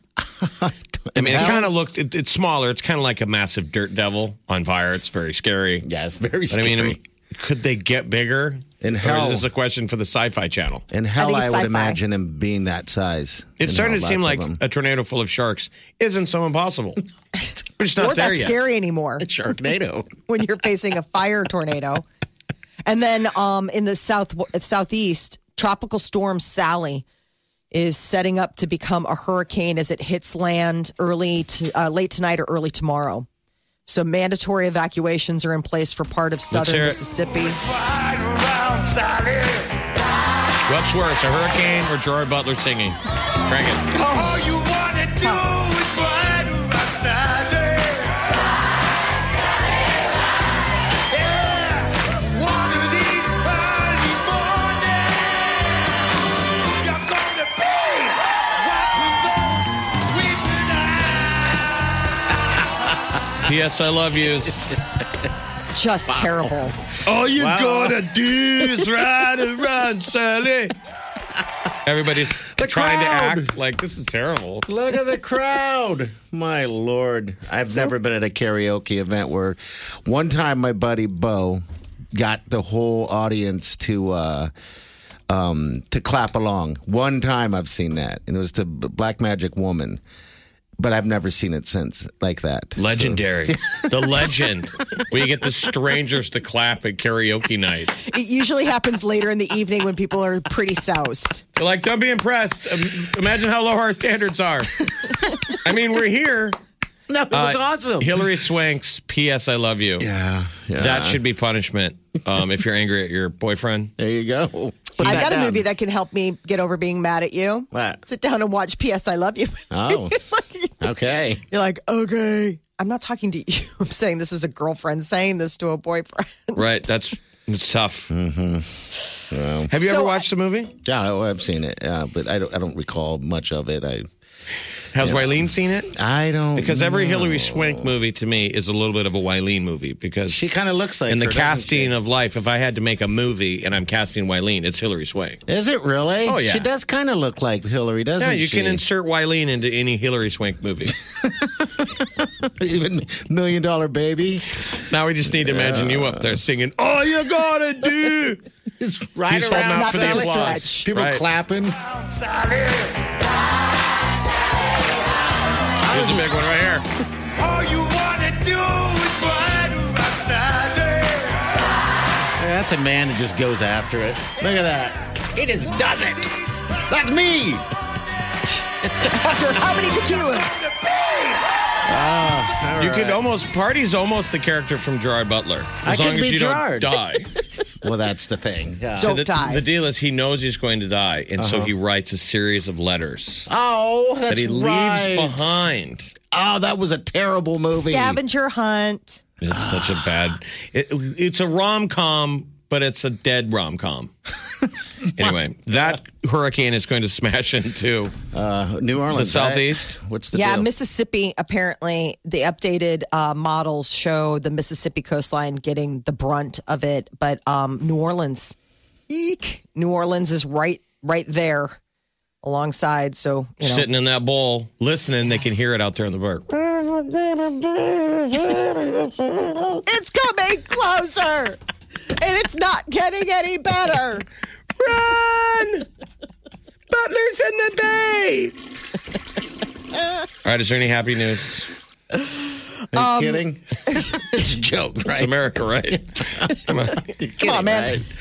Speaker 3: I mean, it
Speaker 2: Well,
Speaker 3: kind of looked. It, it's smaller. It's kind of like a massive dirt devil on fire. It's very scary.
Speaker 2: yeah, it's very
Speaker 3: But I
Speaker 2: scary.
Speaker 3: mean, could they get bigger?
Speaker 2: In
Speaker 3: Or
Speaker 2: hell.
Speaker 3: is this a question for the Sci-Fi Channel?
Speaker 2: and hell,
Speaker 4: think
Speaker 2: I,
Speaker 4: it's
Speaker 2: would
Speaker 4: sci-fi.
Speaker 2: imagine him being that size.
Speaker 3: It's
Speaker 2: You know,
Speaker 3: starting to
Speaker 2: lots
Speaker 3: seem
Speaker 2: of
Speaker 3: like
Speaker 2: them.
Speaker 3: a tornado full of sharks isn't so impossible. We're just not
Speaker 4: or
Speaker 3: there
Speaker 4: that
Speaker 3: yet.
Speaker 4: scary anymore
Speaker 2: Sharknado.
Speaker 4: when you're facing a fire tornado and then um, in the south southeast tropical storm sally is setting up to become a hurricane as it hits land early to, uh, late tonight or early tomorrow so mandatory evacuations are in place for part of southern
Speaker 3: hear it.
Speaker 4: mississippi
Speaker 5: Right around Sally.
Speaker 3: What's worse, a hurricane or Gerard Butler singing? Crank it.
Speaker 5: All you wanna do is ride around Sally. Yeah, one of these early mornings, you're gonna be wiping those weeping eyes.
Speaker 3: P.S. I love yous.
Speaker 4: just terrible
Speaker 3: All you gotta do is ride and run, Sally. Everybody's trying to
Speaker 2: crowd.
Speaker 3: act like this is terrible.
Speaker 2: Look at the crowd. My lord. I've never been at a karaoke event where one time my buddy Bo got the whole audience to uh um to clap along. One time I've seen that. And it was to B- Black Magic Woman. But I've never seen it since like that. So-
Speaker 3: Legendary. the legend. Where you get the strangers to clap at karaoke night.
Speaker 4: It usually happens later in the evening when people are pretty soused.
Speaker 3: They're like, don't be impressed. Um, imagine how low our standards are. I mean, we're here.
Speaker 2: no, it was
Speaker 3: Uh,
Speaker 2: awesome.
Speaker 3: Hillary Swank's P.S. I love you.
Speaker 2: Yeah, yeah.
Speaker 3: That should be punishment um, if you're angry at your boyfriend.
Speaker 2: There you go.
Speaker 4: I got a movie that can help me get over being mad at you.
Speaker 2: What?
Speaker 4: Sit down and watch P.S. I Love You.
Speaker 2: Oh. okay.
Speaker 4: You're like, okay. I'm not talking to you. I'm saying this is a girlfriend saying this to a boyfriend.
Speaker 3: Right. That's it's tough.
Speaker 2: Mm-hmm.
Speaker 3: Have you
Speaker 4: So
Speaker 3: ever
Speaker 4: I-
Speaker 3: watched the movie?
Speaker 2: Yeah, I- I've seen it, uh, but I don't. I don't recall much of it. I.
Speaker 3: Has Wileen seen it?
Speaker 2: I don't.
Speaker 3: Because every
Speaker 2: know.
Speaker 3: Hillary Swank movie to me is a little bit of a Wileen movie because
Speaker 2: She kind of looks like
Speaker 3: in the
Speaker 2: her, doesn't she?
Speaker 3: casting of life, if I had to make a movie and I'm casting Wileen, it's Hillary Swank.
Speaker 2: Is it really?
Speaker 3: Oh, yeah.
Speaker 2: She does kind of look like Hillary, doesn't
Speaker 3: Yeah, you
Speaker 2: she?
Speaker 3: can insert Wileen into any Hillary Swank movie.
Speaker 2: even Million Dollar Baby.
Speaker 3: now we just need to imagine you up there singing, All you gotta do.
Speaker 2: It's right
Speaker 3: He's
Speaker 2: around
Speaker 3: holding out
Speaker 4: That's
Speaker 3: for
Speaker 4: not
Speaker 3: the
Speaker 4: such a
Speaker 3: applause.
Speaker 4: stretch.
Speaker 2: people
Speaker 3: Right.
Speaker 2: clapping.
Speaker 5: Sally.
Speaker 3: Here's a big one right here.
Speaker 5: All you wanna do is ride around Sally.
Speaker 2: That's a man that just goes after it. Look at that. He just does it. That's me.
Speaker 4: After how many tequilas?
Speaker 3: You could almost party's almost the character from Gerard Butler.
Speaker 2: I
Speaker 3: As
Speaker 2: can
Speaker 3: long as
Speaker 2: be
Speaker 3: you
Speaker 2: Gerard.
Speaker 3: don't die.
Speaker 2: Well, that's the thing. Yeah.
Speaker 4: So- Don't
Speaker 3: the,
Speaker 4: die.
Speaker 3: the deal is he knows he's going to die, and so he writes a series of letters
Speaker 2: oh, that's
Speaker 3: that he
Speaker 2: right.
Speaker 3: leaves behind.
Speaker 2: Oh, that was a terrible movie.
Speaker 4: Scavenger hunt.
Speaker 3: It's such a bad. It, it's a rom com, but it's a dead rom com. anyway, that hurricane is going to smash into.
Speaker 2: Uh, New Orleans,
Speaker 3: The
Speaker 2: right?
Speaker 3: Southeast?
Speaker 2: What's the
Speaker 4: yeah,
Speaker 2: deal?
Speaker 4: Mississippi. Apparently, the updated uh, models show the Mississippi coastline getting the brunt of it, but um, New Orleans, eek, New Orleans is right, right there, alongside. So you know,
Speaker 3: Sitting in that bowl, listening, they can hear it out there in the park.
Speaker 4: it's coming closer, and it's not getting any better. Run!
Speaker 3: Butler's in the bay. All right, is there any happy news?
Speaker 2: Are
Speaker 4: um,
Speaker 2: you kidding? it's a joke,
Speaker 3: It's
Speaker 2: right?
Speaker 3: America, right?
Speaker 4: Come on, man.
Speaker 2: Right?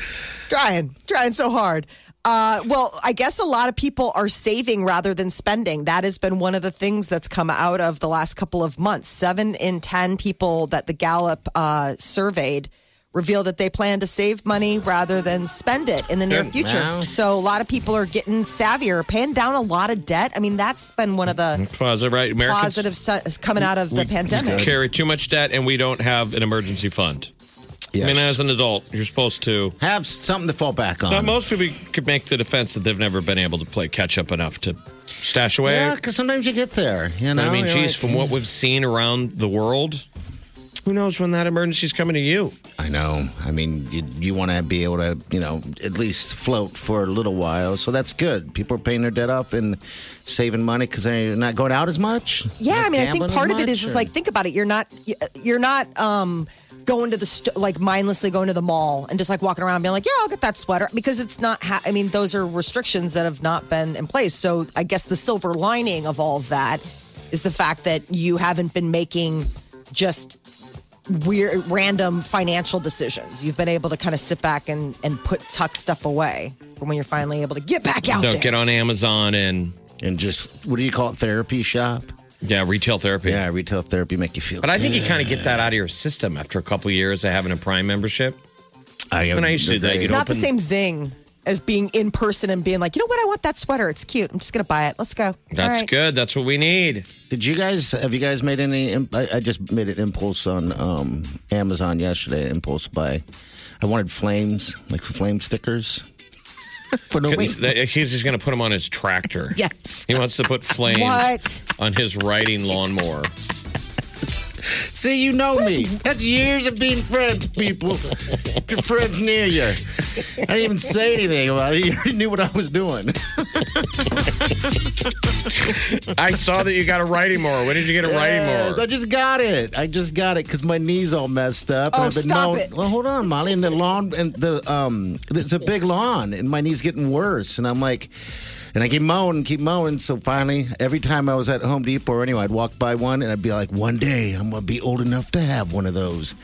Speaker 4: trying, trying so hard. Uh, well, I guess a lot of people are saving rather than spending. That has been one of the things that's come out of the last couple of months. Seven in 10 people that the Gallup uh, surveyed reveal that they plan to save money rather than spend it in the near
Speaker 3: Good.
Speaker 4: future.
Speaker 2: Wow.
Speaker 4: So a lot of people are getting savvier, paying down a lot of debt. I mean, that's been one of the
Speaker 3: Plaza, right? Americans
Speaker 4: positive positives coming out of the pandemic.
Speaker 3: carry too much debt, and we don't have an emergency fund. I mean, as an adult, you're supposed to.
Speaker 2: Have something to fall back on.
Speaker 3: But most people could make the defense that they've never been able to play catch up enough to stash away.
Speaker 2: yeah, because sometimes you get there. You know,
Speaker 3: But I mean,
Speaker 2: You're
Speaker 3: geez,
Speaker 2: like,
Speaker 3: from what we've seen around the world, who knows when that emergency's coming to you?
Speaker 2: I know. I mean, you, you want to be able to, you know, at least float for a little while. So that's good. People are paying their debt off and saving money because they're not going out as much.
Speaker 4: Yeah, I
Speaker 2: Not
Speaker 4: mean, I think
Speaker 2: gambling
Speaker 4: part
Speaker 2: as
Speaker 4: of it
Speaker 2: much,
Speaker 4: is just
Speaker 2: or-
Speaker 4: like think about it. You're not you're not um going to the st- like mindlessly going to the mall and just like walking around being like, yeah, I'll get that sweater because it's not. Ha- I mean, those are restrictions that have not been in place. So I guess the silver lining of all of that is the fact that you haven't been making just weird random financial decisions. You've been able to kind of sit back and and put tuck stuff away for when you're finally able to get back out
Speaker 3: Don't
Speaker 4: there.
Speaker 3: get on Amazon and
Speaker 2: and just what do you call it? Therapy shop.
Speaker 3: yeah, retail therapy.
Speaker 2: Yeah, retail therapy make you feel.
Speaker 3: But I think you kind of get that out of your system after a couple years of having a Prime membership.
Speaker 2: I,
Speaker 3: when I used to do that,
Speaker 2: agree.
Speaker 3: you
Speaker 4: It's
Speaker 3: know-
Speaker 4: not the
Speaker 3: open-
Speaker 4: same zing as being in person and being like, you know what, I want that sweater. It's cute. I'm just gonna buy it. Let's go.
Speaker 3: That's
Speaker 4: All right.
Speaker 3: good. That's what we need.
Speaker 2: Did you guys have you guys made any? imp- I, I just made an impulse on um, Amazon yesterday. Impulse buy. I wanted flames, like flame stickers, for no
Speaker 3: He's
Speaker 2: reason.
Speaker 3: he's just going to put him on his tractor.
Speaker 2: Yes.
Speaker 3: He wants to put flames
Speaker 4: What?
Speaker 3: on his riding lawnmower.
Speaker 2: See, you know me. That's years of being friends, people. Your friends near you. I didn't even say anything about it. You already knew what I was doing.
Speaker 3: I saw that you got a riding mower. When did you get a riding
Speaker 2: I
Speaker 3: mower?
Speaker 2: just got it. I just got it because my knee's all messed up.
Speaker 4: Oh, stop
Speaker 2: mowing-
Speaker 4: it.
Speaker 2: Well, hold on, Molly. And the lawn, and the um, it's a big lawn, and my knee's getting worse. And I'm like, and I keep mowing, keep mowing. So finally, every time I was at Home Depot or anyway, I'd walk by one, and I'd be like, one day I'm gonna be old enough to have one of those.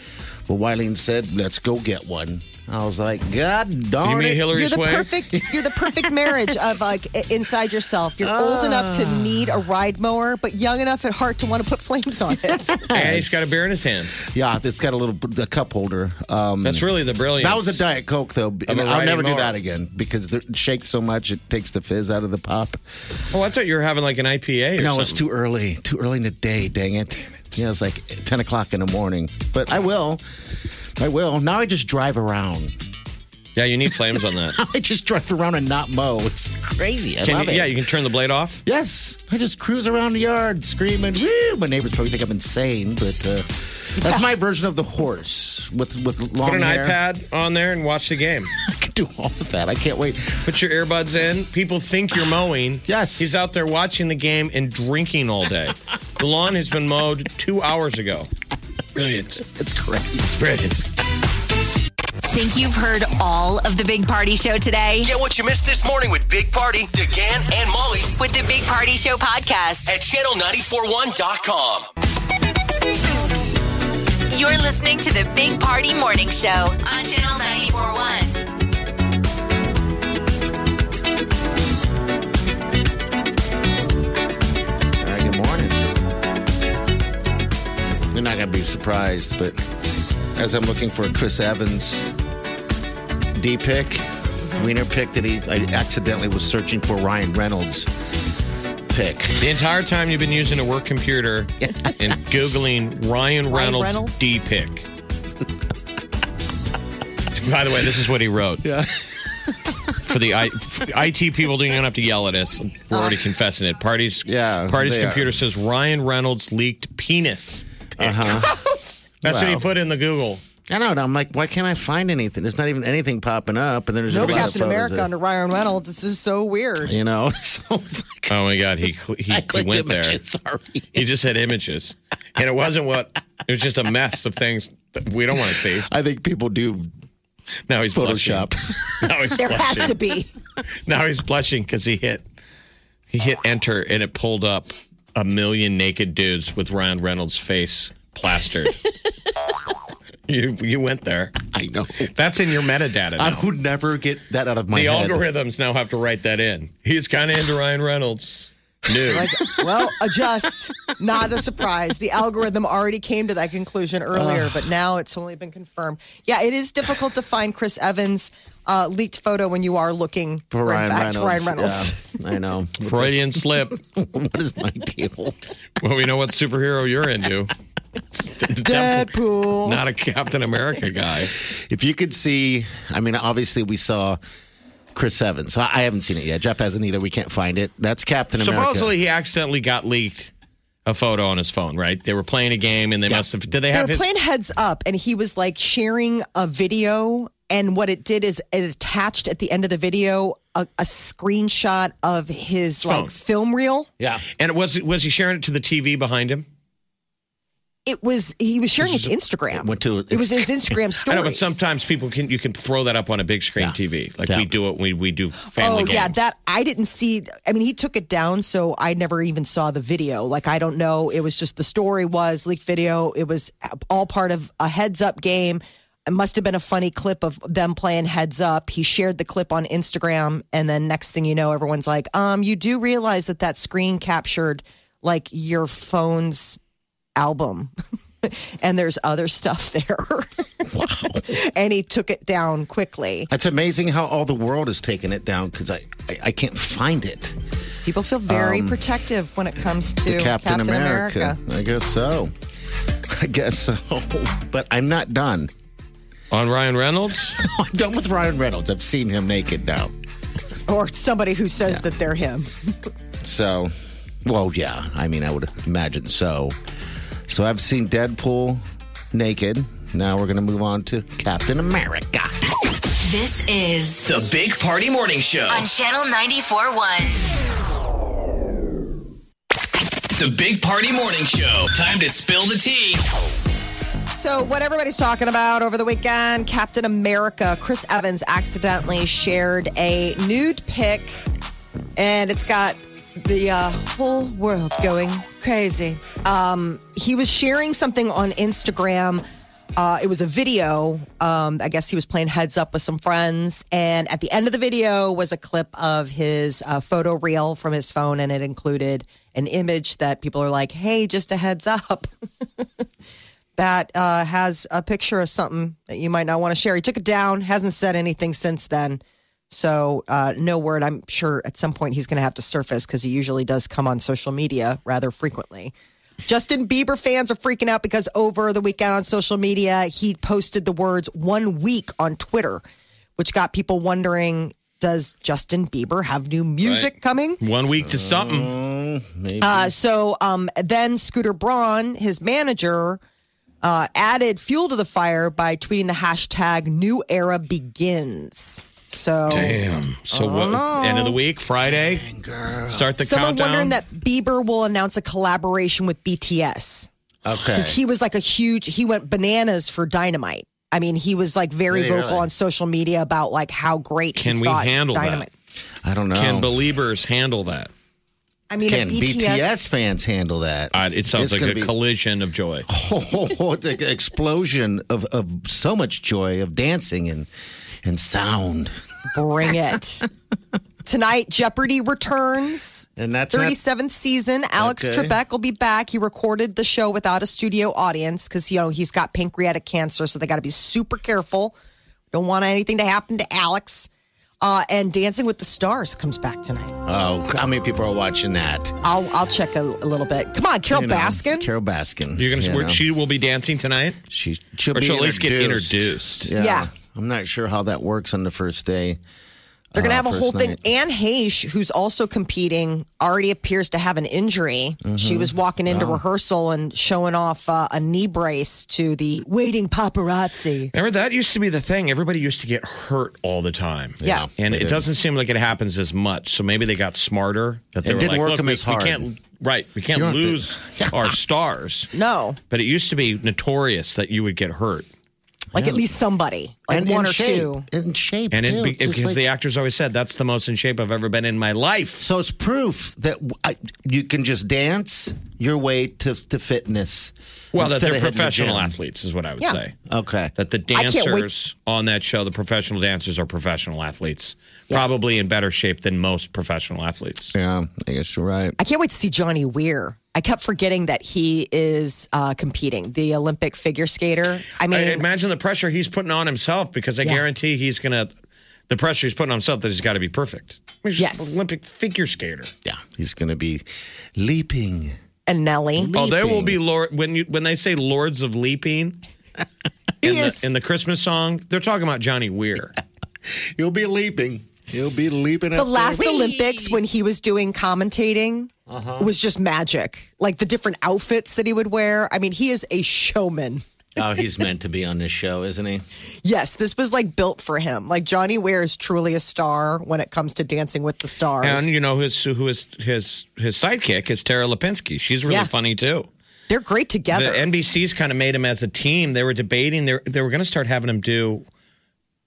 Speaker 2: Well, Wileen said, let's go get one. I was like, God darn
Speaker 3: You mean
Speaker 2: it.
Speaker 3: Hillary
Speaker 4: You're the
Speaker 3: Swank?
Speaker 4: perfect. You're the perfect marriage of like i- inside yourself. You're old enough to
Speaker 3: Ah.
Speaker 4: need a ride mower, but young enough at heart to want to put flames on it.
Speaker 3: And he's got a beer in his hand.
Speaker 2: Yeah, it's got a little a cup holder. Um,
Speaker 3: That's really the brilliance.
Speaker 2: That was a Diet Coke, though. And
Speaker 3: a
Speaker 2: I'll
Speaker 3: riding
Speaker 2: never do
Speaker 3: mower.
Speaker 2: that again because the- it shakes so much it takes the fizz out of the pop.
Speaker 3: Oh, I thought you were having like an IPA or
Speaker 2: no, it's
Speaker 3: something.
Speaker 2: too early. Too early in the day, dang it. Yeah, it's like 10 o'clock in the morning. But I will. I will. Now I just drive around.
Speaker 3: yeah, you need flames on that.
Speaker 2: I just drive around and not mow. It's crazy. I
Speaker 3: Can
Speaker 2: love
Speaker 3: you-
Speaker 2: it.
Speaker 3: yeah, you can turn the blade off.
Speaker 2: Yes, I just cruise around the yard screaming. Woo! My neighbors probably think I'm insane, but uh, that's my version of the horse with with long
Speaker 3: Put an
Speaker 2: hair.
Speaker 3: iPad on there and watch the game.
Speaker 2: I can do all of that. I can't wait.
Speaker 3: Put your earbuds in. People think you're mowing.
Speaker 2: Yes.
Speaker 3: He's out there watching the game and drinking all day. the lawn has been mowed two hours ago. Brilliant.
Speaker 2: It's crazy.
Speaker 3: It's brilliant.
Speaker 1: Think you've heard all of the Big Party Show today?
Speaker 5: Get what you missed this morning with Big Party, DeGan, and Molly
Speaker 1: With the Big Party Show podcast,
Speaker 5: at channel941.com.
Speaker 1: you're listening to the Big Party Morning Show on Channel 941.
Speaker 2: All right, good morning. surprised, but as I'm looking for a Chris Evans D pick, Wiener pick that he, I accidentally was searching for Ryan Reynolds pick.
Speaker 3: The entire time you've been using a work computer and Googling Ryan Reynolds,
Speaker 4: Reynolds?
Speaker 3: D pick. By the way, this is what he wrote. Yeah. For the I, for IT people, you don't have to yell at us. We're
Speaker 2: Uh.
Speaker 3: already confessing it. Parties,
Speaker 2: Yeah,
Speaker 3: Party's
Speaker 2: they are.
Speaker 3: computer says Ryan Reynolds leaked penis.
Speaker 2: Uh huh.
Speaker 3: That's what he
Speaker 2: Wow.
Speaker 3: put in the Google.
Speaker 2: I don't know. I'm like, why can't I find anything? There's not even anything popping up, and there's
Speaker 4: No
Speaker 2: a lot of
Speaker 4: Captain
Speaker 2: photos
Speaker 4: America
Speaker 2: of-
Speaker 4: under Ryan Reynolds. This is so weird.
Speaker 2: You know, so it's like,
Speaker 3: Oh my God, he cl- he,
Speaker 2: I
Speaker 3: he
Speaker 2: clicked
Speaker 3: went
Speaker 2: images,
Speaker 3: there.
Speaker 2: Sorry.
Speaker 3: He just had images, and it wasn't what it was. Just a mess of things that we don't want to see.
Speaker 2: I think people do
Speaker 3: Now he's blushing.
Speaker 2: Photoshop.
Speaker 3: Now he's
Speaker 4: There
Speaker 3: blushing.
Speaker 4: has to be.
Speaker 3: Now he's blushing because he hit he hit enter and it pulled up a million naked dudes with Ryan Reynolds' face plastered. you you went there.
Speaker 2: I know.
Speaker 3: That's in your metadata. Now.
Speaker 2: I would never get that out of my
Speaker 3: The
Speaker 2: head.
Speaker 3: algorithms now have to write that in. He's kind of into Ryan Reynolds. New.
Speaker 4: Like, well, adjust. Not a surprise. The algorithm already came to that conclusion earlier, but now it's only been confirmed. Yeah, it is difficult to find Chris Evans' uh, leaked photo when you are looking
Speaker 2: For Ryan
Speaker 4: in fact,
Speaker 2: Reynolds.
Speaker 4: Ryan Reynolds.
Speaker 2: Yeah, I know.
Speaker 3: Freudian slip.
Speaker 2: what is my deal?
Speaker 3: Well, we know what superhero you're into. It's the devil,
Speaker 4: Deadpool.
Speaker 3: Not a Captain America guy.
Speaker 2: If you could see, I mean, obviously we saw Chris Evans. I, I haven't seen it yet. Jeff hasn't either. We can't find it. That's Captain
Speaker 3: Supposedly,
Speaker 2: America.
Speaker 3: he accidentally got leaked a photo on his phone. Right? They were playing a game, and they must have. Did they
Speaker 4: they
Speaker 3: have
Speaker 4: were
Speaker 3: his?
Speaker 4: playing heads up and he was like sharing a video and what it did is it attached at the end of the video a, a screenshot of his
Speaker 3: Phone.
Speaker 4: like film reel
Speaker 2: Yeah.
Speaker 3: and was was he sharing it to the TV behind him?
Speaker 4: it was he was sharing his instagram
Speaker 2: went to-
Speaker 4: it was his instagram story
Speaker 3: I know, but sometimes people can you can throw that up on a big screen
Speaker 2: Yeah.
Speaker 3: TV, like
Speaker 2: Yeah.
Speaker 3: we do it. We we do
Speaker 4: Oh
Speaker 3: family games.
Speaker 4: yeah, that I didn't see. I mean, he took it down, so I never even saw the video. Like I don't know. It was just the story was leaked video. It was all part of a heads up game. It must have been a funny clip of them playing heads up. He shared the clip on Instagram, and then next thing you know, everyone's like, "Um, you do realize that that screen captured like your phone's album." And there's other stuff there. wow. And he took it down quickly.
Speaker 2: That's amazing how all the world is taking it down because I, I, I can't find it.
Speaker 4: People feel very protective when it comes to Um, Captain, America.
Speaker 2: I guess so. I guess so. But I'm not done.
Speaker 3: on Ryan Reynolds.
Speaker 2: I'm done with Ryan Reynolds. I've seen him naked now.
Speaker 4: or somebody who says that they're him.
Speaker 2: So, well, yeah. I mean, I would imagine so. So I've seen Deadpool naked. Now we're going to move on to Captain America.
Speaker 1: This is
Speaker 5: The Big Party Morning Show.
Speaker 1: on Channel 94.1.
Speaker 5: The Big Party Morning Show. Time to spill the tea.
Speaker 4: So, what everybody's talking about over the weekend, Captain America, Chris Evans accidentally shared a nude pic, and it's got the uh, whole world going crazy. Um, he was sharing something on Instagram. Uh, it was a video. Um, I guess he was playing heads up with some friends. And at the end of the video was a clip of his uh, photo reel from his phone, and it included an image that people are like, hey, just a heads up. that uh, has a picture of something that you might not want to share. He took it down, hasn't said anything since then. So, uh, no word. I'm sure at some point he's going to have to surface because he usually does come on social media rather frequently. Justin Bieber fans are freaking out because over the weekend on social media, he posted the words one week on Twitter, which got people wondering does Justin Bieber have new music coming?
Speaker 3: One week to something.
Speaker 4: Uh, so um, then Scooter Braun, his manager, uh, added fuel to the fire by tweeting the hashtag New Era Begins. So
Speaker 3: Damn. Um,
Speaker 4: Oh,
Speaker 3: So what? End of the week, Friday. Start the
Speaker 4: someone
Speaker 3: countdown.
Speaker 4: wondering that Bieber will announce a collaboration with BTS
Speaker 2: Okay.
Speaker 4: because he was like a huge. He went bananas for Dynamite. I mean, he was like very
Speaker 2: Did he
Speaker 4: vocal
Speaker 2: really?
Speaker 4: on social media about like how great
Speaker 3: Can
Speaker 4: he
Speaker 3: we
Speaker 4: thought
Speaker 3: handle that?
Speaker 4: Dynamite.
Speaker 2: I don't know.
Speaker 3: Can believers handle that?
Speaker 4: I mean,
Speaker 2: Can
Speaker 4: if BTS,
Speaker 2: BTS fans handle that?
Speaker 3: Uh, it
Speaker 2: It's
Speaker 3: sounds like
Speaker 2: gonna
Speaker 3: a
Speaker 2: be-
Speaker 3: collision of joy.
Speaker 2: oh, the explosion of, of so much joy of dancing and and sound.
Speaker 4: bring it. Tonight, Jeopardy returns.
Speaker 2: And that's not-
Speaker 4: 37th season. Alex
Speaker 2: Okay.
Speaker 4: Trebek will be back. He recorded the show without a studio audience because, you know, he's got pancreatic cancer, so they got to be super careful. Don't want anything to happen to Alex. Uh, and Dancing with the Stars comes back tonight.
Speaker 2: Oh, how many people are watching that?
Speaker 4: I'll, I'll check a, a little bit. Come on, Carol
Speaker 2: You know,
Speaker 4: Baskin.
Speaker 2: Carol Baskin.
Speaker 3: You're gonna.
Speaker 2: you
Speaker 3: where
Speaker 2: know.
Speaker 3: She will be dancing tonight,
Speaker 2: she she'll,
Speaker 3: or
Speaker 2: be
Speaker 3: she'll at least get
Speaker 2: introduced.
Speaker 3: introduced.
Speaker 4: Yeah.
Speaker 2: I'm not sure how that works on the first day.
Speaker 4: They're going to
Speaker 2: uh,
Speaker 4: have a
Speaker 2: first
Speaker 4: whole
Speaker 2: night.
Speaker 4: thing. Anne Heche, who's also competing, already appears to have an injury.
Speaker 2: Mm-hmm.
Speaker 4: She was walking into rehearsal and showing off uh, a knee brace to the waiting paparazzi.
Speaker 3: Remember that used to be the thing. Everybody used to get hurt all the time.
Speaker 4: Yeah.
Speaker 3: and
Speaker 2: They
Speaker 3: it
Speaker 2: did.
Speaker 3: doesn't seem like it happens as much. So maybe they got smarter. That they
Speaker 2: It
Speaker 3: were
Speaker 2: didn't
Speaker 3: like,
Speaker 2: work
Speaker 3: Look,
Speaker 2: 'em
Speaker 3: we,
Speaker 2: as
Speaker 3: we
Speaker 2: hard.
Speaker 3: can't right. We can't
Speaker 2: You don't have to-
Speaker 3: lose our stars.
Speaker 4: No,
Speaker 3: But it used to be notorious that you would get hurt,
Speaker 4: like at least somebody, like
Speaker 2: and
Speaker 4: one
Speaker 2: in
Speaker 4: or
Speaker 2: shape,
Speaker 4: two.
Speaker 2: In shape.
Speaker 3: and it,
Speaker 2: too,
Speaker 3: be
Speaker 2: just
Speaker 3: because
Speaker 2: like-
Speaker 3: the actors always said that's the most in shape I've ever been in my life.
Speaker 2: So it's proof that w I you can just dance your way to, to fitness.
Speaker 3: Well, that
Speaker 2: instead
Speaker 3: they're
Speaker 2: of hitting the
Speaker 3: professional
Speaker 2: gym.
Speaker 3: athletes is what I would
Speaker 4: Yeah.
Speaker 3: say.
Speaker 2: Okay.
Speaker 3: That the
Speaker 4: I can't wait.
Speaker 3: dancers on that show, the professional dancers are professional athletes, probably in better shape than most professional athletes.
Speaker 2: yeah, I guess you're right.
Speaker 4: I can't wait to see Johnny Weir. I kept forgetting that he is uh, competing, the Olympic figure skater. I mean,
Speaker 3: I imagine the pressure he's putting on himself because I
Speaker 4: Yeah.
Speaker 3: guarantee he's gonna the pressure he's putting on himself that he's got to be perfect. I mean, he's
Speaker 4: Yes.
Speaker 3: an Olympic figure skater.
Speaker 2: Yeah, he's going to be leaping.
Speaker 4: and Nelly.
Speaker 3: Oh, there will be lord when you when they say lords of leaping in
Speaker 4: He
Speaker 3: the,
Speaker 4: is-
Speaker 3: in the Christmas song. They're talking about Johnny Weir.
Speaker 2: You'll be leaping. You'll be leaping.
Speaker 4: the last Olympics when he was doing commentating
Speaker 3: Uh-huh.
Speaker 4: was just magic. Like the different outfits that he would wear. I mean, he is a showman.
Speaker 2: oh, he's meant to be on this show, isn't he?
Speaker 4: Yes, this was like built for him. Like Johnny Weir is truly a star when it comes to Dancing with the Stars.
Speaker 3: And you know his who is his his sidekick is Tara Lipinski. She's really
Speaker 4: Yeah.
Speaker 3: funny too.
Speaker 4: They're great together.
Speaker 3: The NBC's kind of made him as a team. They were debating they they were going to start having him do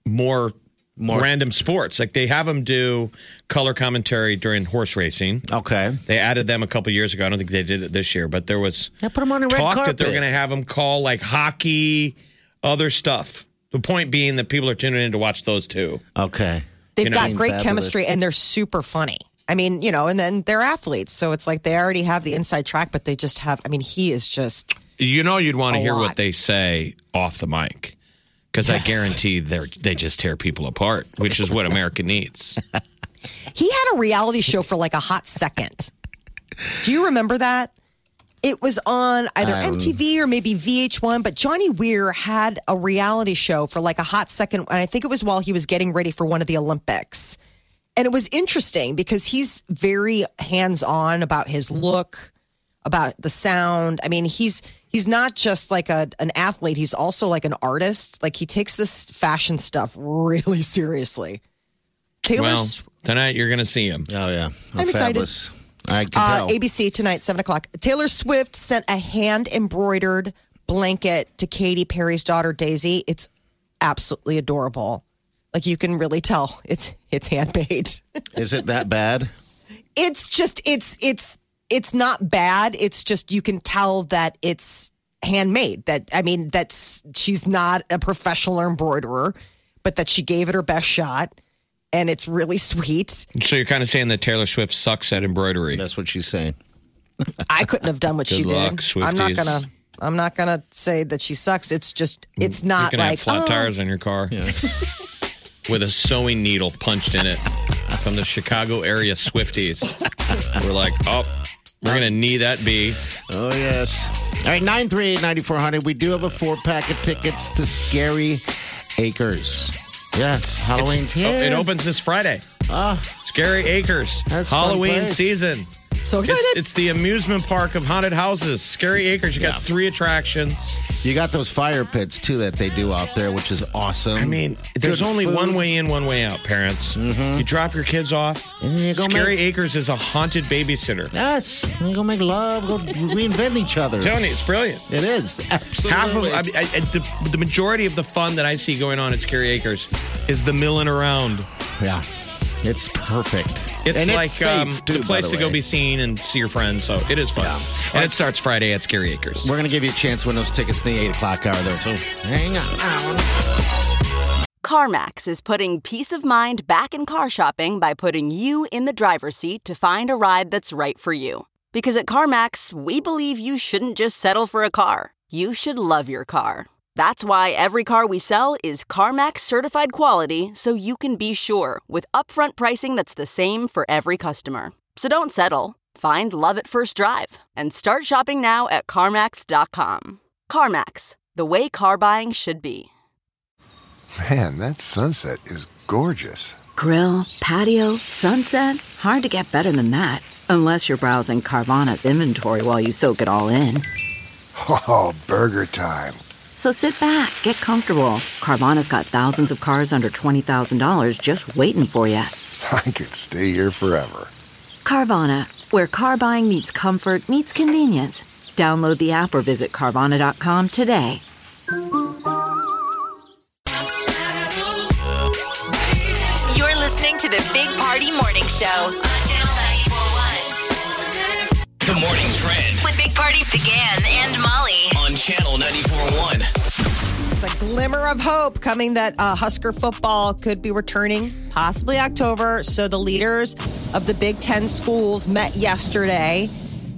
Speaker 3: more
Speaker 2: More-
Speaker 3: random sports. Like they have him do color commentary during horse racing.
Speaker 2: Okay.
Speaker 3: They added them a couple years ago. I don't think they did it this year, but there was
Speaker 2: Yeah, put him on the red
Speaker 3: talk that they're
Speaker 2: carpet.
Speaker 3: going to have him call like hockey, other stuff. The point being that people are tuning in to watch those two.
Speaker 2: Okay.
Speaker 4: They've
Speaker 3: you know,
Speaker 4: got
Speaker 2: being
Speaker 4: great
Speaker 2: fabulous.
Speaker 4: chemistry and they're super funny. I mean, you know, and then they're athletes. So it's like they already have the inside track, but they just have, I mean, he is just,
Speaker 3: You know, you'd want to
Speaker 4: A
Speaker 3: hear
Speaker 4: lot.
Speaker 3: what they say off the mic because I guarantee they are they just tear people apart, which is what America needs.
Speaker 4: he had a reality show for like a hot second. Do you remember that? It was on either
Speaker 2: I don't-
Speaker 4: MTV or maybe VH1, but Johnny Weir had a reality show for like a hot second. And I think it was while he was getting ready for one of the Olympics. And it was interesting because he's very hands on about his look, about the sound. I mean, he's. He's not just like a, an athlete. He's also like an artist. Like he takes this fashion stuff really seriously. Taylor
Speaker 3: well,
Speaker 4: Swift-
Speaker 3: tonight you're going to see him.
Speaker 2: Oh, yeah. Oh,
Speaker 4: I'm excited.
Speaker 2: fabulous. I can
Speaker 4: Uh,
Speaker 2: tell.
Speaker 4: ABC tonight, 7 o'clock. Taylor Swift sent a hand embroidered blanket to Katy Perry's daughter, Daisy. It's absolutely adorable. Like you can really tell it's it's handmade.
Speaker 2: Is it that bad?
Speaker 4: It's just it's it's it's not bad. It's just you can tell that it's handmade. That I mean that's she's not a professional embroiderer, but that she gave it her best shot and it's really sweet.
Speaker 3: So you're kind of saying that Taylor Swift sucks at embroidery.
Speaker 2: That's what she's saying.
Speaker 4: I couldn't have done what she
Speaker 3: Good luck,
Speaker 4: did. I'm not
Speaker 3: Swifties.
Speaker 4: gonna. I'm not gonna say that she sucks. It's just. It's
Speaker 3: You're
Speaker 4: not
Speaker 3: going to
Speaker 4: like
Speaker 3: have flat
Speaker 4: oh,
Speaker 3: tires on your car with a sewing needle punched in it from the Chicago area Swifties. We're like, oh, we're going to knee that bee.
Speaker 2: Oh, yes. All right, 938 9400. We do have a four pack of tickets to Scary Acres. Yes, Halloween's here.
Speaker 3: oh, It opens this Friday.
Speaker 2: Ah.
Speaker 3: Scary Acres.
Speaker 2: That's fun
Speaker 3: Halloween
Speaker 2: place.
Speaker 3: season.
Speaker 4: So excited.
Speaker 3: It's, it's the amusement park of haunted houses. Scary Acres. You got three attractions.
Speaker 2: You got those fire pits, too, that they do out there, which is awesome.
Speaker 3: I mean, there's
Speaker 2: Good
Speaker 3: only
Speaker 2: food. Mm-hmm.
Speaker 3: one way in, one way out, parents. You drop your kids off.
Speaker 2: And you go
Speaker 3: Scary
Speaker 2: make-
Speaker 3: Acres is a haunted babysitter.
Speaker 2: Yes, we go make love, go reinvent each other.
Speaker 3: Tony, it's brilliant.
Speaker 2: It is. Absolutely.
Speaker 3: Half of I, mean, I, I, the, the majority of the fun that I see going on at Scary Acres is the milling around.
Speaker 2: yeah. It's perfect.
Speaker 3: It's
Speaker 2: And
Speaker 3: like um,
Speaker 2: safe, too,
Speaker 3: the
Speaker 2: by
Speaker 3: place
Speaker 2: the
Speaker 3: to go
Speaker 2: way.
Speaker 3: be seen and see your friends. So it is fun, and it starts Friday at Scary Acres.
Speaker 2: We're going to give you a chance when those tickets in the 8 o'clock hour, though. So hang on.
Speaker 6: CarMax is putting peace of mind back in car shopping by putting you in the driver's seat to find a ride that's right for you. Because at CarMax, we believe you shouldn't just settle for a car, you should love your car. That's why every car we sell is CarMax certified quality so you can be sure with upfront pricing that's the same for every customer. So don't settle. Find love at first drive and start shopping now at CarMax.com. CarMax, the way car buying should be.
Speaker 7: Man, that sunset is gorgeous.
Speaker 8: Grill, patio, sunset. Hard to get better than that.
Speaker 1: Oh.
Speaker 8: Unless you're browsing Carvana's inventory while you soak it all in.
Speaker 7: Oh, burger time.
Speaker 8: So sit back, get comfortable. Carvana's got thousands of cars under $20,000 just waiting for you.
Speaker 7: I could stay here forever.
Speaker 8: Carvana, where car buying meets comfort, meets convenience. Download the app or visit Carvana.com today.
Speaker 1: You're listening to the Big Party Morning Show on Channel 941.
Speaker 5: The morning trend
Speaker 1: With Big Party began and Molly.
Speaker 5: on Channel 94.1.
Speaker 4: It's a glimmer of hope coming that uh, Husker football could be returning possibly October. So the leaders of the Big Ten schools met yesterday,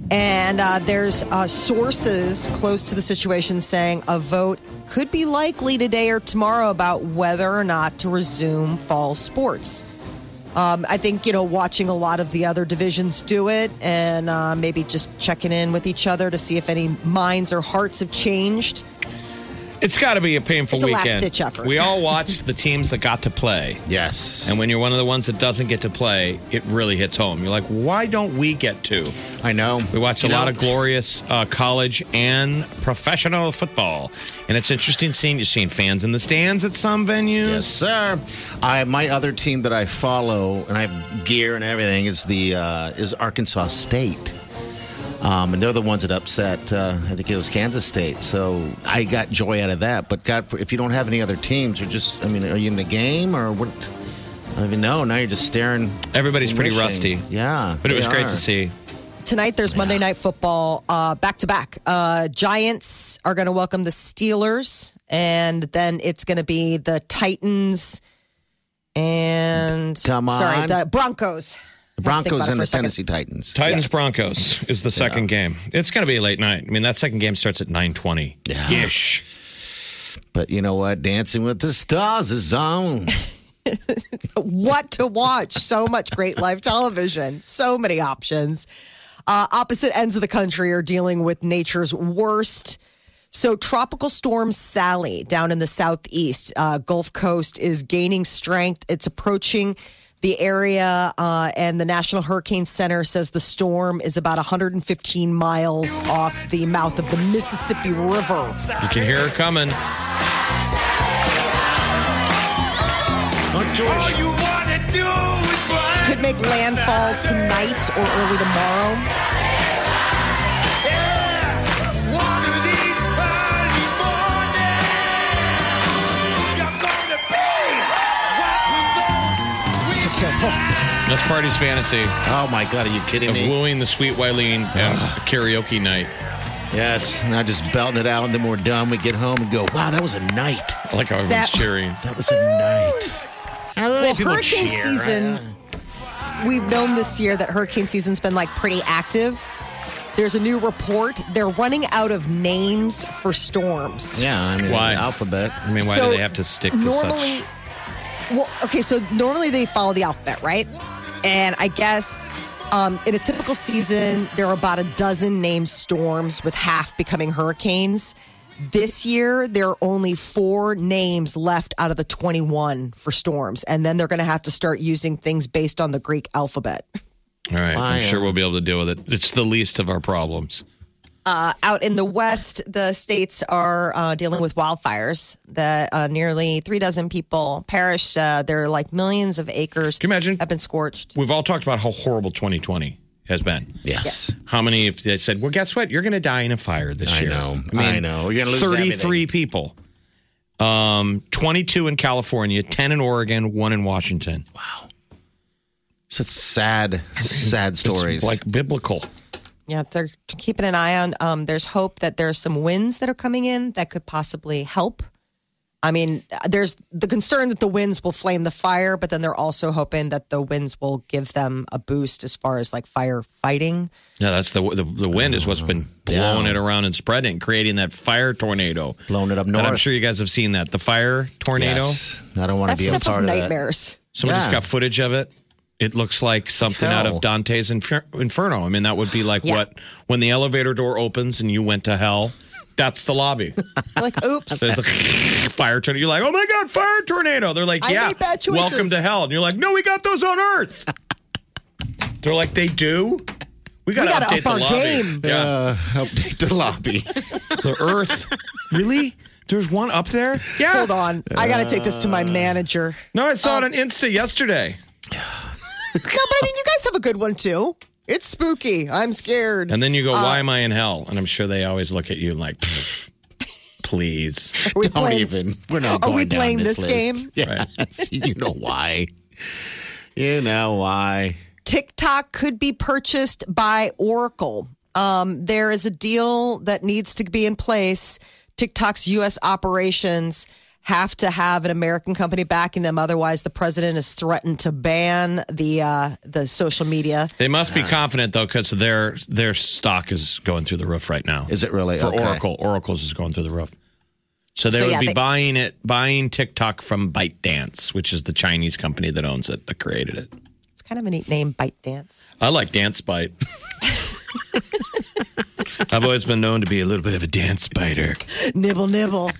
Speaker 4: and uh, there's uh, sources close to the situation saying a vote could be likely today or tomorrow about whether or not to resume fall sports. Um, I think you know watching a lot of the other divisions do it, and uh, maybe just checking in with each other to see if any minds or hearts have changed.
Speaker 3: It's got to be a painful
Speaker 4: It's a
Speaker 3: weekend.
Speaker 4: last-ditch effort.
Speaker 3: We all watched the teams that got to play.
Speaker 2: Yes.
Speaker 3: And when you're one of the ones that doesn't get to play, it really hits home. You're like, why don't we get to?
Speaker 2: I know.
Speaker 3: We watched a
Speaker 2: You
Speaker 3: lot
Speaker 2: know,
Speaker 3: of glorious uh, college and professional football, and it's interesting seeing you're seeing fans in the stands at some venues.
Speaker 2: Yes, sir. I my other team that I follow and I have gear and everything is the uh, is Arkansas State. Um, and they're the ones that upset. Uh, I think it was Kansas State. So I got joy out of that. But God, if you don't have any other teams, you're just. I mean, are you in the game or what? I don't even know. Now you're just staring.
Speaker 3: Everybody's
Speaker 2: and
Speaker 3: pretty
Speaker 2: wishing.
Speaker 3: rusty,
Speaker 2: Yeah,
Speaker 3: but it
Speaker 2: they
Speaker 3: was great
Speaker 2: are.
Speaker 3: to see.
Speaker 4: tonight there's Monday Night Football uh, back to back. Uh, Giants are going to welcome the Steelers, and then it's going to be the Titans and
Speaker 2: Come
Speaker 4: sorry
Speaker 2: on.
Speaker 4: the Broncos.
Speaker 2: The
Speaker 4: I have to
Speaker 2: Broncos
Speaker 4: think about
Speaker 2: and
Speaker 4: it for
Speaker 2: the
Speaker 4: a second.
Speaker 2: Tennessee Titans.
Speaker 3: Titans Broncos is the second game. It's going to be a late night. I mean, that second game starts at nine twenty.
Speaker 2: Yeah.
Speaker 3: Ish.
Speaker 2: But you know what? Dancing with the Stars is on.
Speaker 4: what to watch. So much great live television, so many options. Uh, opposite ends of the country are dealing with nature's worst. So, Tropical Storm Sally down in the southeast, uh, Gulf Coast is gaining strength. It's approaching the area, uh, and the National Hurricane Center says the storm is about 115 miles off the mouth of the Mississippi River.
Speaker 3: You can hear her coming. Oh,
Speaker 5: All you want to do is run.
Speaker 4: Could make landfall tonight or early tomorrow.
Speaker 5: One of these early mornings, you're gonna be one of those
Speaker 4: So terrible.
Speaker 3: That's party's fantasy
Speaker 2: Oh my God! Are you kidding
Speaker 3: of
Speaker 2: me?
Speaker 3: wooing the sweet Wileen and karaoke night.
Speaker 2: Yes, and I just belting it out, and then we're done. We get home and go, wow, that was a night.
Speaker 3: I like how everyone's
Speaker 4: That-
Speaker 3: cheering.
Speaker 2: That was a night. I don't know
Speaker 4: Well,
Speaker 2: if people
Speaker 4: hurricane
Speaker 2: cheer.
Speaker 4: season, we've known this year that hurricane season's been like pretty active. There's a new report. They're running out of names for storms.
Speaker 2: Yeah, I mean,
Speaker 3: Why?
Speaker 2: the alphabet.
Speaker 3: I mean, why do they have to stick to
Speaker 4: normally,
Speaker 3: such?
Speaker 4: Well, okay, so normally they follow the alphabet, right? And I guess um, in a typical season, there are about a dozen named storms, with half becoming hurricanes. This year, there are only four names left out of the 21 for storms. And then they're going to have to start using things based on the Greek alphabet.
Speaker 3: All right, I'm
Speaker 2: Why?
Speaker 3: sure we'll be able to deal with it. It's the least of our problems.
Speaker 4: out in the West, the states are uh, dealing with wildfires that uh, nearly three dozen people perished. Uh, there are like millions of acres
Speaker 3: Can you imagine?
Speaker 4: have been scorched.
Speaker 3: We've all talked about how horrible 2020 has been.
Speaker 2: Yes.
Speaker 3: How many if they said, "Well, guess what? You're going to die in a fire this
Speaker 2: I
Speaker 3: year."
Speaker 2: know. I know. You're gonna lose
Speaker 3: 33 people. Um, 22 in California, 10 in Oregon, one in Washington.
Speaker 2: Such sad, sad stories.
Speaker 3: It's like biblical.
Speaker 4: Yeah, they're keeping an eye on. Um, there's hope that there are some winds that are coming in that could possibly help. I mean, there's the concern that the winds will flame the fire, but then they're also hoping that the winds will give them a boost as far as like firefighting.
Speaker 3: No, that's the the, the wind is what's been blowing it around and spreading, creating that fire tornado.
Speaker 2: Blowing it up
Speaker 3: And I'm
Speaker 2: north.
Speaker 3: sure you guys have seen that. The fire tornado.
Speaker 2: Yes. I don't want to
Speaker 4: That's
Speaker 2: be a
Speaker 4: stuff
Speaker 2: part
Speaker 4: of
Speaker 2: of
Speaker 4: nightmares.
Speaker 3: Someone just
Speaker 2: Yeah.
Speaker 3: got footage of it. It looks like something out
Speaker 2: Hell.
Speaker 3: of Dante's Infer- Inferno. I mean, that would be like
Speaker 4: Yeah.
Speaker 3: what when the elevator door opens and you went to hell. That's the lobby.
Speaker 4: Like, oops.
Speaker 3: There's a fire tornado. You're like, oh my god, fire tornado. They're like,
Speaker 4: I
Speaker 3: yeah,
Speaker 4: made bad choices."
Speaker 3: welcome to hell. And you're like, no, we got those on Earth. They're like, they do. We got
Speaker 4: gotta
Speaker 3: to update
Speaker 4: up our
Speaker 3: the lobby.
Speaker 4: game.
Speaker 3: Yeah,
Speaker 2: that. Uh, update the lobby.
Speaker 3: the Earth. really? There's one up there? Yeah.
Speaker 4: Hold on. Um, I got to take this to my
Speaker 2: Uh.
Speaker 4: manager.
Speaker 3: No, I saw it on Insta yesterday.
Speaker 4: No, but I mean, you guys have a good one too. It's spooky. I'm scared.
Speaker 3: And then you go, why am I in hell? And I'm sure they always look at you like, "Pfft, please.
Speaker 4: Are we
Speaker 2: don't
Speaker 4: playing-
Speaker 2: even. We're not.
Speaker 4: Are
Speaker 2: going
Speaker 4: we
Speaker 2: down
Speaker 4: playing
Speaker 2: this,
Speaker 4: this
Speaker 2: list. Yes. you know why. You know why.
Speaker 4: TikTok could be purchased by Oracle. Um, there is a deal that needs to be in place. TikTok's U.S. operations have to have an American company backing them, otherwise, the president has threatened to ban the uh, the social media.
Speaker 3: They must be confident though, because their their stock is going through the roof right now.
Speaker 2: Is it really
Speaker 3: for
Speaker 2: Okay.
Speaker 3: Oracle? Oracle's is going through the roof. So they
Speaker 4: So,
Speaker 3: would
Speaker 4: yeah,
Speaker 3: be
Speaker 4: they-
Speaker 3: buying it, buying TikTok from ByteDance, which is the Chinese company that owns it, that created it.
Speaker 4: It's kind of a neat name, Bite Dance.
Speaker 3: I like Dance Bite. I've always been known to be a little bit of a dance biter.
Speaker 4: Nibble, nibble.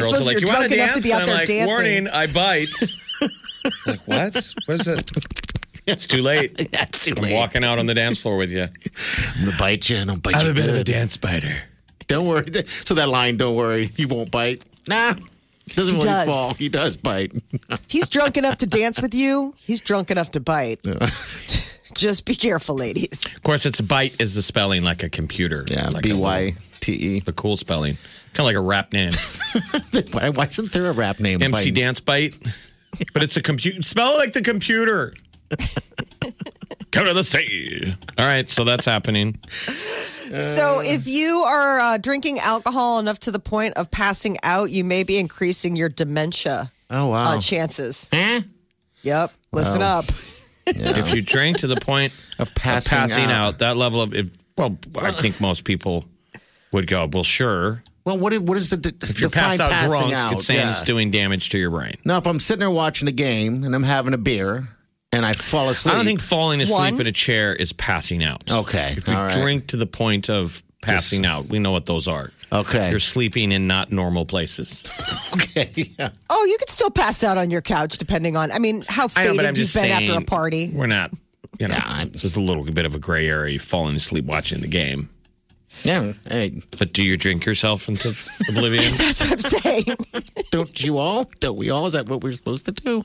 Speaker 3: Girls
Speaker 4: suppose
Speaker 3: are like,
Speaker 4: you're
Speaker 3: "You wanna
Speaker 4: drunk enough to be
Speaker 3: dance?" And
Speaker 4: out there
Speaker 3: I'm like,
Speaker 4: dancing.
Speaker 3: Warning, I bite. like, what? What is it? It's too late.
Speaker 2: That's too
Speaker 3: I'm
Speaker 2: late.
Speaker 3: walking out on the dance floor with you.
Speaker 2: I'm gonna bite you, and I'll bite you. good.
Speaker 3: dance biter.
Speaker 2: Don't worry. So that line, don't worry, he won't bite. Nah, doesn't really
Speaker 4: He does.
Speaker 2: fall. He does bite.
Speaker 4: He's drunk enough to dance with you. He's drunk enough to bite. Just be careful, ladies.
Speaker 3: Of course, it's bite is the spelling like a computer.
Speaker 2: Yeah,
Speaker 3: like
Speaker 2: B
Speaker 3: a little-
Speaker 2: Y T E.
Speaker 3: the cool spelling, kind of like a rap name,
Speaker 2: Why why isn't there a rap name?
Speaker 3: MC
Speaker 2: Bite?
Speaker 3: Dance Bite. But it's a computer. Spell it like the computer. Come to the stage. All right, so that's happening. Uh.
Speaker 4: So, if you are uh, drinking alcohol enough to the point of passing out, you may be increasing your dementia
Speaker 2: Oh wow. Eh?
Speaker 4: uh, chances.
Speaker 2: Huh?
Speaker 4: Yep. Listen up.
Speaker 3: If you drink to the point
Speaker 2: Of passing,
Speaker 3: passing out. that level of if, well, I think most people would go. Well, sure.
Speaker 2: Well, what is, what is the de-
Speaker 3: If you're passed out
Speaker 2: passing
Speaker 3: drunk,
Speaker 2: out?
Speaker 3: it's saying
Speaker 2: Yeah.
Speaker 3: it's doing damage to your brain.
Speaker 2: Now, if I'm sitting there watching the game and I'm having a beer and I fall asleep,
Speaker 3: I don't think falling asleep
Speaker 4: One.
Speaker 3: in a chair is passing
Speaker 2: Oh,
Speaker 3: out.
Speaker 2: Okay,
Speaker 3: If you
Speaker 2: all right.
Speaker 3: drink to the point of passing out, we know what those are.
Speaker 2: Okay.
Speaker 3: You're sleeping in not normal places.
Speaker 2: okay. Yeah.
Speaker 4: Oh, you could still pass out on your couch, depending on, I mean, how
Speaker 3: I
Speaker 4: faded
Speaker 3: know, but I'm just
Speaker 4: you've been
Speaker 3: saying.
Speaker 4: after a party.
Speaker 3: We're not, you know,
Speaker 2: Yeah, I'm-
Speaker 3: it's just a little bit of a gray area falling asleep watching the game.
Speaker 2: Yeah. Hey,
Speaker 3: But do you drink yourself into oblivion?
Speaker 4: That's what I'm saying.
Speaker 2: don't you all? Don't we all? Is that what we're supposed to do?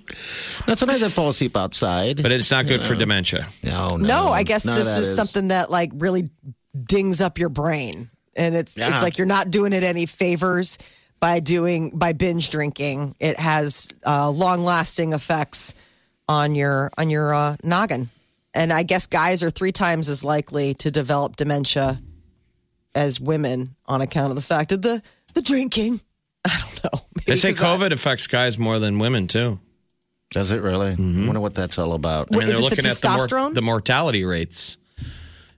Speaker 2: Now, sometimes I fall asleep outside.
Speaker 3: but it's not good for dementia.
Speaker 2: no, no.
Speaker 4: No, I guess
Speaker 2: None of
Speaker 4: this
Speaker 2: that
Speaker 4: is, something that like really dings up your brain, and it's it's
Speaker 2: Yeah.
Speaker 4: like you're not doing it any favors by doing by binge drinking. It has uh, long lasting effects on your on your uh, noggin, and I guess guys are three times as likely to develop dementia as women on account of the fact of the the drinking. I don't know.
Speaker 3: They
Speaker 4: Maybe
Speaker 3: say
Speaker 4: 'cause I-
Speaker 3: COVID affects guys more than women too.
Speaker 2: Does it really? I wonder what that's all about.
Speaker 3: I mean,
Speaker 4: Is
Speaker 3: they're
Speaker 4: it the
Speaker 3: looking at the, mor-
Speaker 4: testosterone?
Speaker 3: the mortality rates,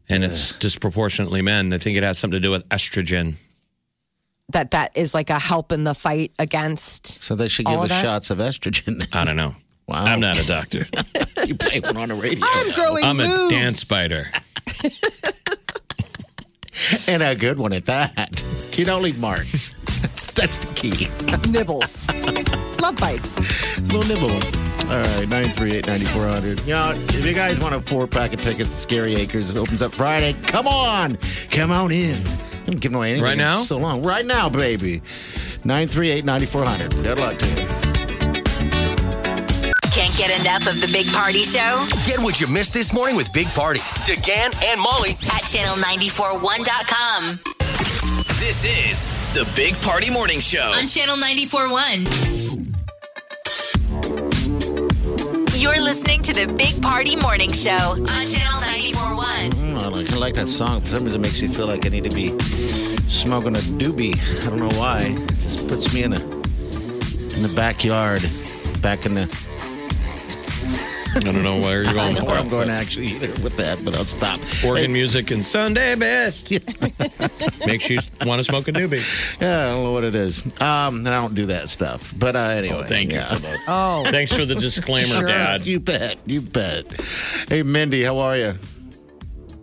Speaker 3: and it's disproportionately men. They think it has something to do with estrogen.
Speaker 4: that that is like a help in the fight against.
Speaker 2: So they should give
Speaker 4: All
Speaker 2: us
Speaker 4: that?
Speaker 2: shots of estrogen.
Speaker 3: I don't know.
Speaker 2: Wow.
Speaker 3: I'm not a doctor.
Speaker 2: you play one on a radio.
Speaker 4: I'm growing
Speaker 3: I'm a
Speaker 4: mood.
Speaker 3: dance spider.
Speaker 2: and a good one at that. You don't leave marks. That's, that's the key.
Speaker 4: nibbles. Love bites.
Speaker 2: little nibble. All right, 938 9400. You know, if you guys want a four pack of tickets to Scary Acres, it opens up Friday. Come on. Come on in. I'm giving away anything
Speaker 3: Right now?
Speaker 2: in so long. Right now, baby. 938 9400. Good luck to you.
Speaker 1: Can't get enough of the Big Party Show
Speaker 5: Get what you missed this morning with Big Party, DeGan and Molly.
Speaker 1: at channel941.com.
Speaker 5: This is the Big Party Morning Show.
Speaker 1: On channel 94.1. You're listening to the Big Party Morning Show on channel 94.1.
Speaker 2: Mm, I like, I like that song. For some reason, it makes me feel like I need to be smoking a doobie. I don't know why. It just puts me in a in the backyard, back in the
Speaker 3: I don't know where you're
Speaker 2: I don't
Speaker 3: going with
Speaker 2: know where I'm
Speaker 3: that.
Speaker 2: going actually either with that, but I'll stop.
Speaker 3: Organ music and Sunday best makes you want to smoke a doobie.
Speaker 2: Yeah, I don't know what it is. Um, and I don't do that stuff. But uh, anyway,
Speaker 3: Oh, Thank
Speaker 2: yeah.
Speaker 3: you for that.
Speaker 4: Oh,
Speaker 3: Thanks for the disclaimer, Dad.
Speaker 2: You bet. You bet. Hey, Mindy, how are you?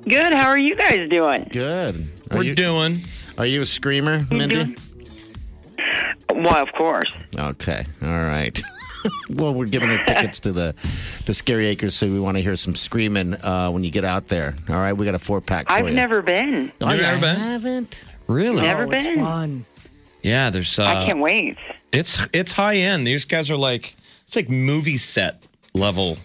Speaker 9: Good. How are you guys doing?
Speaker 2: Good. Are
Speaker 3: We're
Speaker 2: you
Speaker 3: doing.
Speaker 2: are you a screamer, Mindy?
Speaker 9: Well, of course.
Speaker 2: Okay. All right. well, we're giving her tickets to the to Scary Acres, so we want to hear some screaming uh, when you get out there. All right, we got a four pack for
Speaker 9: I've
Speaker 2: you.
Speaker 9: never been.
Speaker 2: Oh,
Speaker 3: You've
Speaker 2: you
Speaker 3: never been?
Speaker 2: haven't.
Speaker 3: Really?
Speaker 9: Never
Speaker 4: Oh, it's
Speaker 9: been.
Speaker 4: fun.
Speaker 3: Yeah, there's. Uh,
Speaker 9: I can't wait.
Speaker 3: It's it's high end. These guys are like it's like movie set level.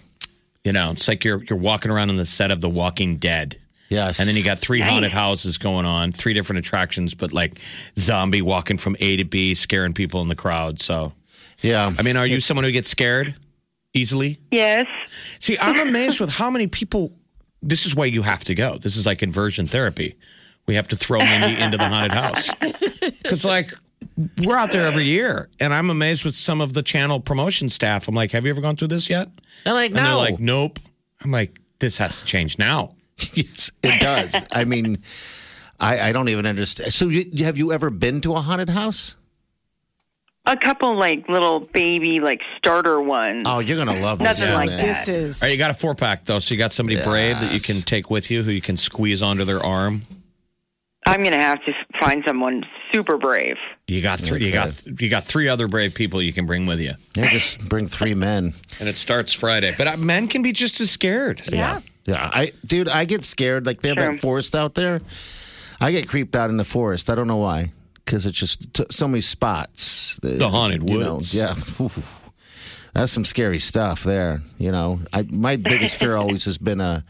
Speaker 3: You know, it's like you're you're walking around on the set of The Walking Dead.
Speaker 2: Yes.
Speaker 3: And then you got three haunted houses going on, three different attractions, but like zombie walking from A to B, scaring people in the crowd. So,
Speaker 2: yeah.
Speaker 3: I mean, are you someone who gets scared easily?
Speaker 9: Yes.
Speaker 3: See, I'm amazed with how many people. This is why you have to go. This is like inversion therapy. We have to throw Mindy into the haunted house because, like, we're out there every year, and I'm amazed with some of the channel promotion staff. I'm like, "Have you ever gone through this yet?"
Speaker 2: They're like,
Speaker 3: And
Speaker 2: no.
Speaker 3: they're like, "Nope." I'm like, "This has to change now."
Speaker 2: Yes, it does. I mean, I, I don't even understand. So, you, have you ever been to a haunted house?
Speaker 9: A couple like little baby like starter ones.
Speaker 2: Oh, you're gonna love
Speaker 9: Nothing
Speaker 2: this.
Speaker 9: like
Speaker 2: man.
Speaker 4: This is.
Speaker 3: All right, you got a four pack though, so you got somebody brave that you can take with you who you can squeeze onto their arm.
Speaker 9: I'm gonna have to find someone super brave.
Speaker 3: You got three. You got you got three other brave people you can bring with you,
Speaker 2: Yeah, just bring three men.
Speaker 3: and it starts Friday. But uh, men can be just as scared.
Speaker 4: Yeah.
Speaker 2: Yeah, I dude, I get scared. Like they have
Speaker 9: Sure.
Speaker 2: that forest out there. I get creeped out in the forest. I don't know why, because it's just t- so many spots. uh,
Speaker 3: The haunted
Speaker 2: You know,
Speaker 3: woods.
Speaker 2: yeah. Ooh. That's some scary stuff there. You know, I, my biggest fear always has been a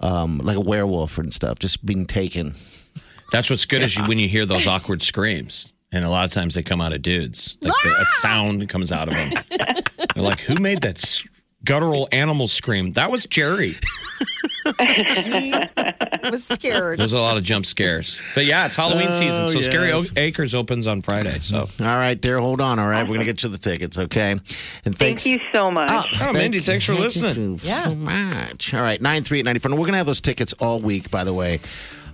Speaker 2: um, like a werewolf and stuff, just being taken.
Speaker 3: That's what's good is you, when you hear those awkward screams, and a lot of times they come out of dudes. Like the, a sound comes out of them. They're like, "Who made that s- guttural animal scream?" That was Jerry.
Speaker 4: He was scared.
Speaker 3: There's a lot of jump scares, but yeah, it's Halloween season, so Scary o-
Speaker 2: Oh, yes.
Speaker 3: Acres opens on Friday. So,
Speaker 2: All right, there, hold on. All right, we're gonna get you the tickets, okay? And thanks.
Speaker 9: Thank you so much.
Speaker 2: Ah,
Speaker 3: Oh, Mindy, thanks for listening.
Speaker 2: you so much. All right, 93894. We're going to have those tickets all week, by the way.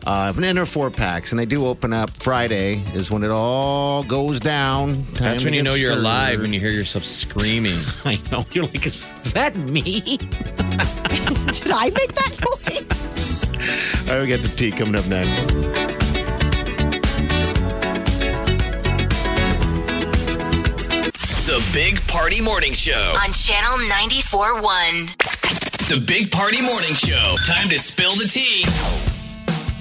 Speaker 2: Uh, in our four packs, and they do open up Friday, is when it all goes down. Time
Speaker 3: that's
Speaker 2: to
Speaker 3: when you
Speaker 2: get
Speaker 3: know you're
Speaker 2: stirred.
Speaker 3: alive when you hear yourself screaming.
Speaker 2: I know. You're like, is, is that me?
Speaker 4: Did I make that noise?
Speaker 2: all right, we got the tea coming up next.
Speaker 5: The Big Party Morning Show.
Speaker 1: on Channel 94.1.
Speaker 5: The Big Party Morning Show. Time to spill the tea.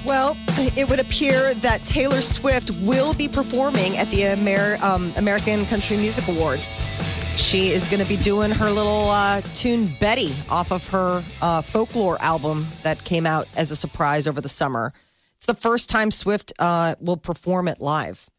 Speaker 4: Well, it would appear that Taylor Swift will be performing at the Amer- um, American Country Music Awards. She is going to be doing her little uh, tune Betty off of her uh, folklore album that came out as a surprise over the summer. It's the first time Swift uh, will perform it live.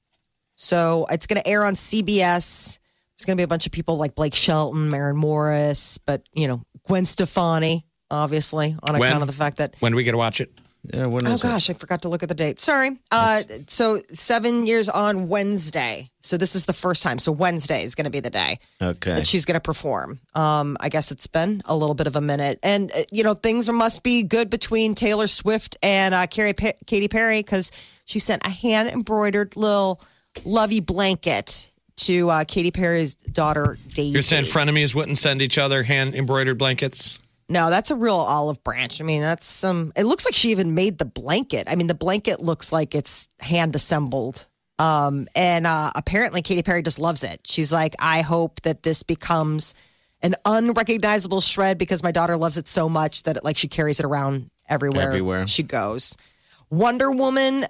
Speaker 4: So it's going to air on CBS. There's going to be a bunch of people like Blake Shelton, Maren Morris, but, you know, Gwen Stefani, obviously, on
Speaker 3: When?
Speaker 4: account of the fact that
Speaker 3: When do we get to watch it?
Speaker 2: Yeah, when
Speaker 4: Oh
Speaker 2: is it?
Speaker 4: gosh, I forgot to look at the date. Sorry. Uh, so seven years on Wednesday. So this is the first time. So Wednesday is going to be the day
Speaker 2: Okay.
Speaker 4: that she's going to perform. Um, I guess it's been a little bit of a minute, and uh, you know things are, must be good between Taylor Swift and uh, Carrie pa- Katy Perry because she sent a hand embroidered little lovey blanket to uh, Katy Perry's daughter Daisy.
Speaker 3: You're saying frenemies wouldn't send each other hand embroidered blankets?
Speaker 4: No, that's a real olive branch. I mean, that's some. It looks like she even made the blanket. I mean, the blanket looks like it's hand assembled. Um, and uh, apparently, Katy Perry just loves it. She's like, I hope that this becomes an unrecognizable shred because my daughter loves it so much that it, like she carries it around everywhere,
Speaker 2: Everywhere.
Speaker 4: she goes. Wonder Woman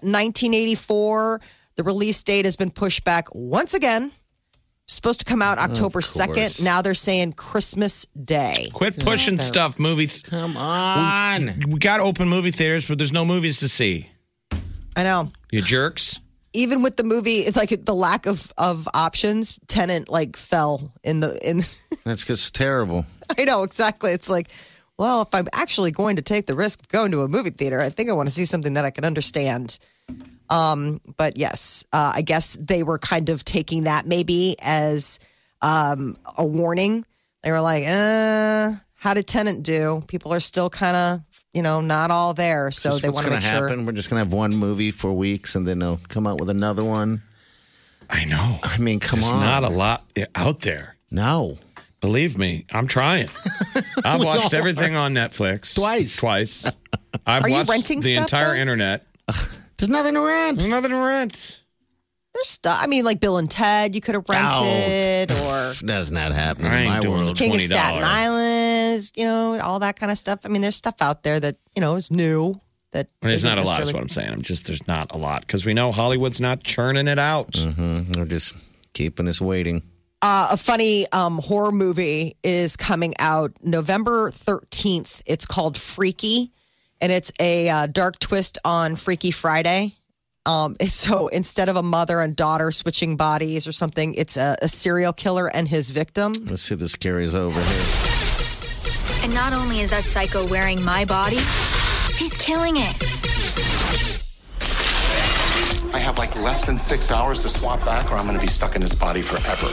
Speaker 4: 1984. The release date has been pushed back once again. Supposed to come out October 2nd. Now they're saying Christmas Day.
Speaker 3: Quit pushing stuff, movie. th-
Speaker 2: Come on.
Speaker 3: we got to open movie theaters, but there's no movies to see.
Speaker 4: I know.
Speaker 3: You jerks.
Speaker 4: even with the movie, it's like the lack of of options, Tenant like fell in the in.
Speaker 2: That's just terrible.
Speaker 4: I know exactly. It's like, well, if I'm actually going to take the risk of going to a movie theater, I think I want to see something that I can understand. Um, but yes, uh, I guess they were kind of taking that maybe as um, a warning. They were like, uh, how did Tenant do? People are still kind of, you know, not all there. So
Speaker 2: Just
Speaker 4: they
Speaker 2: what's
Speaker 4: want to
Speaker 2: going
Speaker 4: make
Speaker 2: to
Speaker 4: sure.
Speaker 2: happen? We're just going to have one movie for weeks, and then they'll come out with another one. I know. I mean, come
Speaker 3: There's
Speaker 2: on.
Speaker 3: not a lot out there.
Speaker 2: No.
Speaker 3: Believe me, I'm trying. I've
Speaker 2: We
Speaker 3: watched
Speaker 2: all
Speaker 3: everything
Speaker 2: are.
Speaker 3: on Netflix
Speaker 2: Twice.
Speaker 3: Twice. I've
Speaker 4: Are you
Speaker 3: watched
Speaker 4: renting
Speaker 3: the
Speaker 4: stuff,
Speaker 3: entire
Speaker 4: though?
Speaker 3: internet.
Speaker 2: There's nothing to rent.
Speaker 3: There's nothing to rent.
Speaker 4: There's stuff. I mean, like Bill and Ted, you could have rented, or
Speaker 2: That's not happening
Speaker 3: I
Speaker 2: in
Speaker 3: ain't
Speaker 2: my
Speaker 3: doing
Speaker 2: world.
Speaker 4: King of
Speaker 3: $20.
Speaker 4: Staten Island, is, you know, all that kind of stuff. I mean, there's stuff out there that you know is new. That
Speaker 3: And it's
Speaker 4: isn't
Speaker 3: not a lot, is
Speaker 4: necessarily-
Speaker 3: what I'm saying. I'm just, there's not a lot because we know Hollywood's not churning it out.
Speaker 2: Mhm. They're just keeping us waiting.
Speaker 4: Uh, a funny um, horror movie is coming out November 13th. It's called Freaky, and it's a uh, dark twist on Freaky Friday. Um, and so instead of a mother and daughter switching bodies or something, it's a, a serial killer and his victim.
Speaker 2: Let's see if this carries over here.
Speaker 1: And not only is that psycho wearing my body, he's killing it.
Speaker 10: I have like less than six hours to swap back, or I'm going to be stuck in this body forever.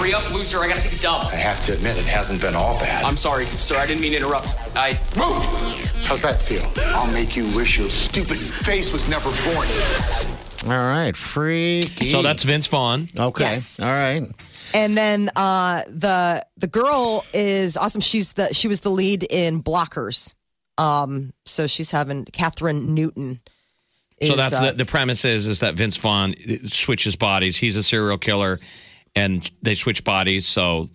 Speaker 11: Hurry up, loser. I gotta take a dump.
Speaker 10: I have to admit, it hasn't been all bad.
Speaker 11: I'm sorry, sir. I didn't mean to interrupt. I.
Speaker 10: How's that feel? I'll make you wish your stupid face was never born.
Speaker 2: All right, freaky.
Speaker 3: So that's Vince Vaughn.
Speaker 2: okay.
Speaker 4: Yes.
Speaker 2: All right.
Speaker 4: And then uh, the the girl is awesome. She's the she was the lead in Blockers. Um, so she's having Catherine Newton.
Speaker 3: So
Speaker 4: is,
Speaker 3: that's
Speaker 4: uh,
Speaker 3: the, the premise is is that Vince Vaughn uh, switches bodies. He's a serial killer, and they switch bodies. So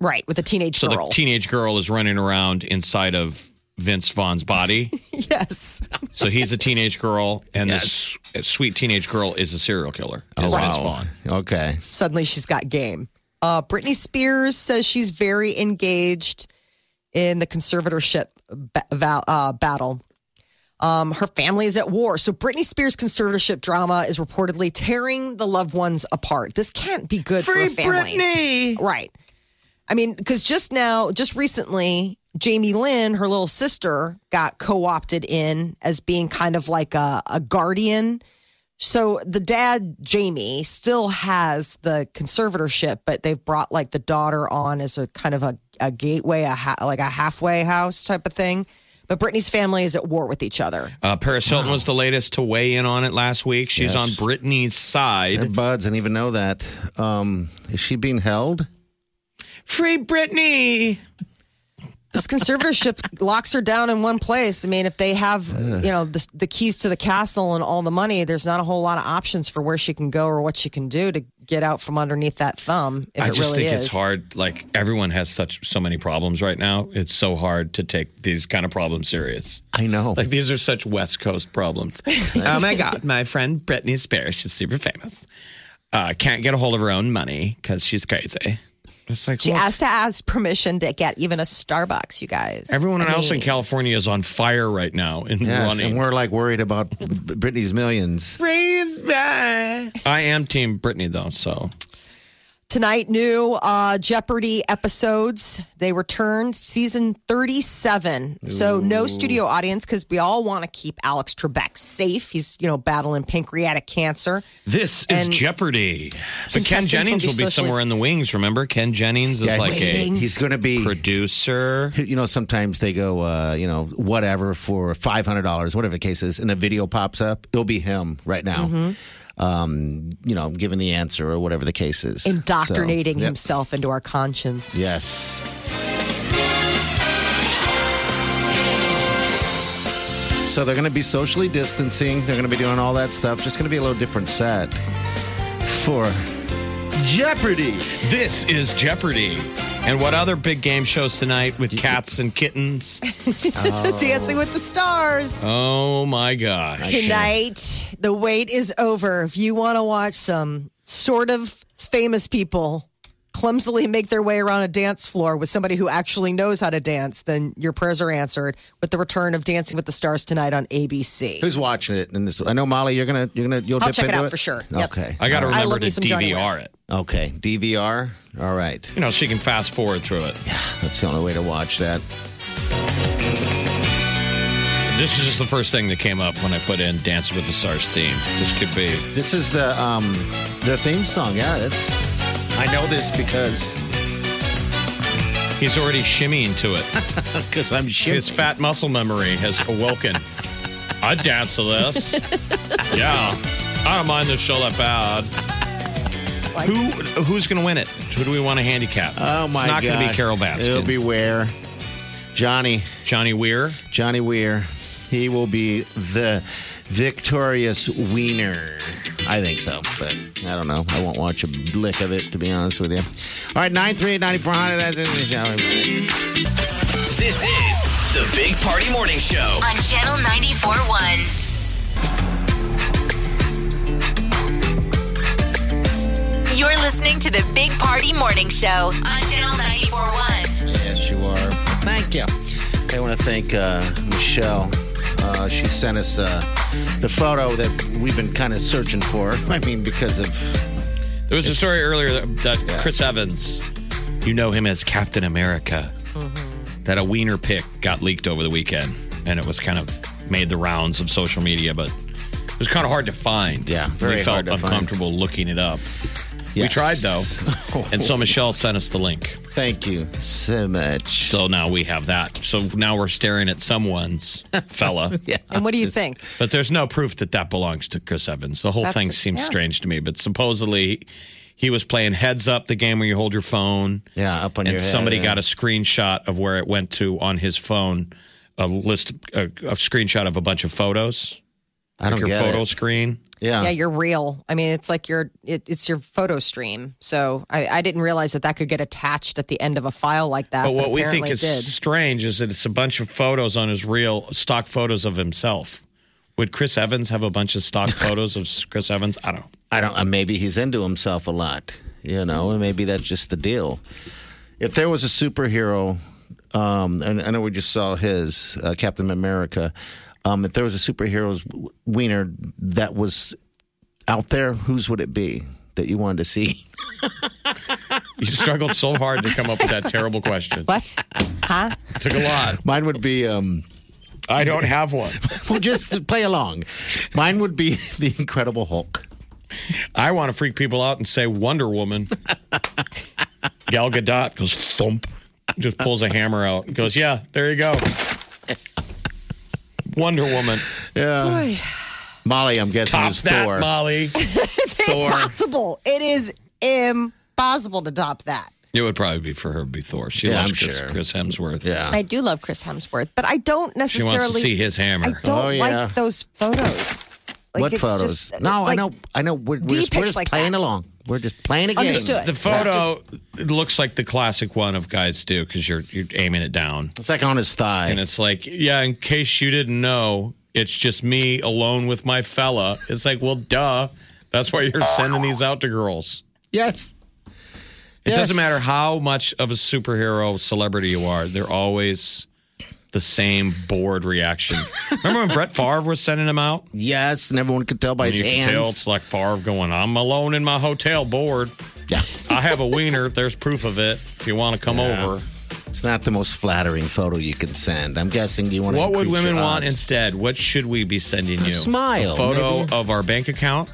Speaker 4: right with a teenage
Speaker 3: so
Speaker 4: girl.
Speaker 3: the teenage girl is running around inside of Vince Vaughn's body.
Speaker 4: yes.
Speaker 3: so he's a teenage girl, and this s- sweet teenage girl is a serial killer. is Vince Vaughn.
Speaker 2: Okay.
Speaker 4: suddenly she's got game. Uh, Britney Spears says she's very engaged in the conservatorship ba- va- uh, battle. Um, her family is at war. So Britney Spears' conservatorship drama is reportedly tearing the loved ones apart. This can't be good for a family. Right. I mean, because just now, just recently, Jamie Lynn, her little sister, got co opted in as being kind of like a, a guardian. So the dad, Jamie, still has the conservatorship, but they've brought like the daughter on as a kind of a, a gateway, a ha- like a halfway house type of thing. But Britney's family is at war with each other.
Speaker 3: Uh, Paris Hilton was the latest to weigh in on it last week. She's
Speaker 2: Yes.
Speaker 3: on Britney's
Speaker 2: Their
Speaker 3: side.
Speaker 2: buds, I didn't even know that. Um, is she being held?
Speaker 3: Free Britney.
Speaker 4: This conservatorship locks her down in one place. I mean, if they have, you know, the, the keys to the castle and all the money, there's not a whole lot of options for where she can go or what she can do to get out from underneath that thumb. If
Speaker 3: I
Speaker 4: it
Speaker 3: just
Speaker 4: really
Speaker 3: think
Speaker 4: is.
Speaker 3: it's hard. Like everyone has such so many problems right now. It's so hard to take these kind of problems serious.
Speaker 2: I know.
Speaker 3: Like these are such West Coast problems. oh my God, my friend Britney Spears, she's super famous. Uh, can't get a hold of her own money because she's crazy. It's like
Speaker 4: She
Speaker 3: well,
Speaker 4: has to ask permission to get even a Starbucks, you guys.
Speaker 3: everyone
Speaker 4: I
Speaker 3: else
Speaker 4: mean,
Speaker 3: in California is on fire right now and
Speaker 2: yes, and
Speaker 3: running.
Speaker 2: we're like worried about Britney's millions.
Speaker 3: I am Team Britney though, so
Speaker 4: Tonight, new uh, Jeopardy episodes. They return season 37. So, no studio audience because we all want to keep Alex Trebek safe. He's, you know, battling pancreatic cancer.
Speaker 3: this is
Speaker 4: And-
Speaker 3: Jeopardy. But Ken
Speaker 4: Contestants will
Speaker 3: Jennings
Speaker 4: be
Speaker 3: will be,
Speaker 4: socially-
Speaker 3: somewhere in the wings. Remember, Ken Jennings is
Speaker 2: Yeah,
Speaker 3: like
Speaker 4: Waiting.
Speaker 2: He's going to
Speaker 3: a
Speaker 2: be.
Speaker 3: producer.
Speaker 2: You know, sometimes they go, uh, you know, whatever for five hundred dollars, whatever the case is, and a video pops up. It'll be him right now.
Speaker 4: Mm-hmm.
Speaker 2: Um, you know, giving the answer or whatever the case is. So,
Speaker 4: Indoctrinating
Speaker 2: yep.
Speaker 4: himself into our conscience.
Speaker 2: Yes. So they're going to be socially distancing. They're going to be doing all that stuff. Just going to be a little different set for Jeopardy.
Speaker 3: This is Jeopardy. And what other big game shows tonight with cats and kittens?
Speaker 4: Dancing with the Stars.
Speaker 3: Oh my gosh.
Speaker 4: Tonight, the wait is over. If you want to watch some sort of famous people clumsily make their way around a dance floor with somebody who actually knows how to dance, then your prayers are answered with the return of Dancing with the Stars tonight on ABC.
Speaker 2: Who's watching it? And this, I know Molly, you're gonna you're gonna you'll
Speaker 4: I'll
Speaker 2: dip
Speaker 4: check it
Speaker 2: into
Speaker 4: out for sure. Yep.
Speaker 2: Okay.
Speaker 3: I got to
Speaker 4: I
Speaker 3: remember
Speaker 4: love
Speaker 3: to
Speaker 4: me some Johnny
Speaker 3: DVR it.
Speaker 2: Okay. DVR. All right.
Speaker 3: You know, so you can fast forward through it.
Speaker 2: That's the only way to watch that.
Speaker 3: This is just the first thing that came up when I put in Dancing with the Stars theme. This could be.
Speaker 2: This is the um the theme song. Yeah, it's I know this because
Speaker 3: He's already shimmying to it.
Speaker 2: Because I'm shimmying.
Speaker 3: His fat muscle memory has awoken. I'd dance to this. yeah. I don't mind this show that bad. Who who's going to win it? Who do we want to handicap?
Speaker 2: Oh my
Speaker 3: It's not going to be
Speaker 2: God.
Speaker 3: Carol Baskin.
Speaker 2: It'll be Ware. Johnny.
Speaker 3: Johnny Weir.
Speaker 2: Johnny Weir. He will be the victorious wiener. I think so, but I don't know. I won't watch a lick of it, to be honest with you. All right, 938 9400. That's it for the show, everybody.
Speaker 5: This is the Big Party Morning Show.
Speaker 1: On Channel 941. You're listening to the Big Party Morning Show on Channel 941.
Speaker 2: Yes, you are. Thank you. I want to thank uh, Michelle. Uh, she sent us uh, the photo that we've been kind of searching for. I mean, because of.
Speaker 3: There was a story earlier that, that Chris Evans, you know him as Captain America, that a wiener pic got leaked over the weekend, and it was kind of made the rounds of social media, but it was kind of hard to find. Yeah,
Speaker 2: very
Speaker 3: we felt
Speaker 2: hard to find.
Speaker 3: uncomfortable looking it up. We
Speaker 2: Yes.
Speaker 3: tried though, and so Michelle sent us the link.
Speaker 2: Thank you so much. So
Speaker 3: now we have that. So now we're staring at someone's fella.
Speaker 2: yeah.
Speaker 4: And what do you think?
Speaker 3: But there's no proof that that belongs to Chris Evans. The whole
Speaker 4: That's-
Speaker 3: thing seems
Speaker 4: yeah.
Speaker 3: strange to me. But supposedly, he was playing heads up, the game where you hold your phone.
Speaker 2: Yeah, up on
Speaker 3: and
Speaker 2: your head,
Speaker 3: somebody
Speaker 2: yeah.
Speaker 3: got a screenshot of where it went to on his phone. A list, a, a screenshot of a bunch of photos.
Speaker 2: I don't
Speaker 3: like your
Speaker 2: get
Speaker 3: photo
Speaker 2: it.
Speaker 3: screen.
Speaker 4: yeah, you're real. I mean, it's like your it, it's your photo stream. So I, I didn't realize that that could get attached at the end of a file like that.
Speaker 3: But what we think
Speaker 4: apparently
Speaker 3: is
Speaker 4: it did.
Speaker 3: strange is that it's a bunch of photos on his real stock photos of himself. Would Chris Evans have a bunch of stock photos of Chris Evans? I don't know.
Speaker 2: I don't. uh, Maybe he's into himself a lot, you know, and maybe that's just the deal. If there was a superhero, um, and I know we just saw his uh, Captain America. Um, if there was a superhero's w- wiener that was out there, whose would it be that you wanted to see?
Speaker 3: You struggled so hard to come up with that terrible question.
Speaker 4: What? Huh?
Speaker 3: It took a lot.
Speaker 2: Mine would be. Um,
Speaker 3: I don't have one.
Speaker 2: well, just play along. Mine would be the Incredible Hulk.
Speaker 3: I want to freak people out and say Wonder Woman. Gal Gadot goes thump, just pulls a hammer out and goes, Yeah, there you go. Wonder Woman.
Speaker 2: Yeah. Molly, I'm guessing
Speaker 3: Top
Speaker 2: is
Speaker 3: that,
Speaker 2: Thor.
Speaker 3: Molly.
Speaker 4: it's
Speaker 2: Thor.
Speaker 4: impossible. It is impossible to top that.
Speaker 3: It would probably be for her to be Thor. She
Speaker 2: Yeah,
Speaker 3: loves
Speaker 2: I'm
Speaker 3: Chris,
Speaker 2: sure.
Speaker 3: Chris Hemsworth.
Speaker 4: I do love Chris Hemsworth, but I don't
Speaker 3: She
Speaker 4: necessarily
Speaker 3: wants to see his hammer.
Speaker 4: I don't like those photos. Like,
Speaker 2: Oh, what
Speaker 4: it's
Speaker 2: photos?
Speaker 4: just, uh,
Speaker 2: no, I
Speaker 4: like,
Speaker 2: know. I know. We're, we're
Speaker 4: D
Speaker 2: just, we're
Speaker 4: pics
Speaker 2: just
Speaker 4: like
Speaker 2: playing along. We're just playing a game.
Speaker 4: Understood.
Speaker 3: The photo it looks like the classic one of guys do because you're you're aiming it down.
Speaker 2: It's like on his thigh,
Speaker 3: and it's like, yeah. In case you didn't know, it's just me alone with my fella. It's like, well, duh. That's why you're sending these out to girls.
Speaker 2: Yes.
Speaker 3: It
Speaker 2: Yes.
Speaker 3: doesn't matter how much of a superhero celebrity you are; they're always the same bored reaction. Remember when Brett Favre was sending them out?
Speaker 2: Yes, and everyone could tell by
Speaker 3: And
Speaker 2: his
Speaker 3: you can tell
Speaker 2: hands.
Speaker 3: it's like Favre going, "I'm alone in my hotel, bored.
Speaker 2: Yeah,
Speaker 3: I have a wiener. There's proof of it. If you want to come
Speaker 2: Yeah.
Speaker 3: over."
Speaker 2: It's not the most flattering photo you can send. I'm guessing you want. to
Speaker 3: What would
Speaker 2: increase
Speaker 3: women
Speaker 2: your
Speaker 3: want
Speaker 2: odds.
Speaker 3: instead? What should we be sending you?
Speaker 2: smile,
Speaker 3: A photo
Speaker 2: maybe.
Speaker 3: of our bank account?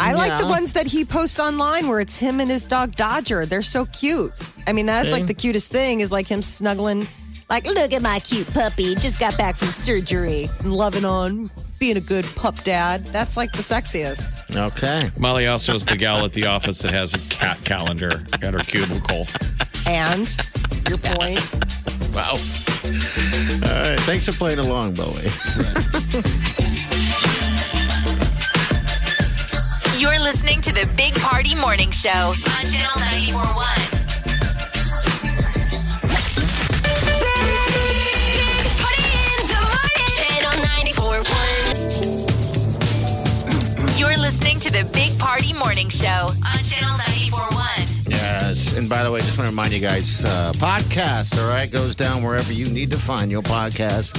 Speaker 4: I like the
Speaker 2: Yeah.
Speaker 4: ones that he posts online where it's him and his dog Dodger. They're so cute. I mean, that's like the cutest thing is like him snuggling, like, look at my cute puppy. Just got back from surgery. Loving on being a good pup dad. That's like the sexiest.
Speaker 2: Okay.
Speaker 3: Molly also is the gal at the office that has a cat calendar at her cubicle.
Speaker 4: And your point.
Speaker 2: Wow. All right. Thanks for playing along, by the way.
Speaker 1: You're listening to the Big Party Morning Show on Channel 941. You're listening to the Big Party Morning Show on Channel 941.
Speaker 2: Yes. And by the way, just want to remind you guys, uh, podcast, all right, goes down wherever you need to find your podcast.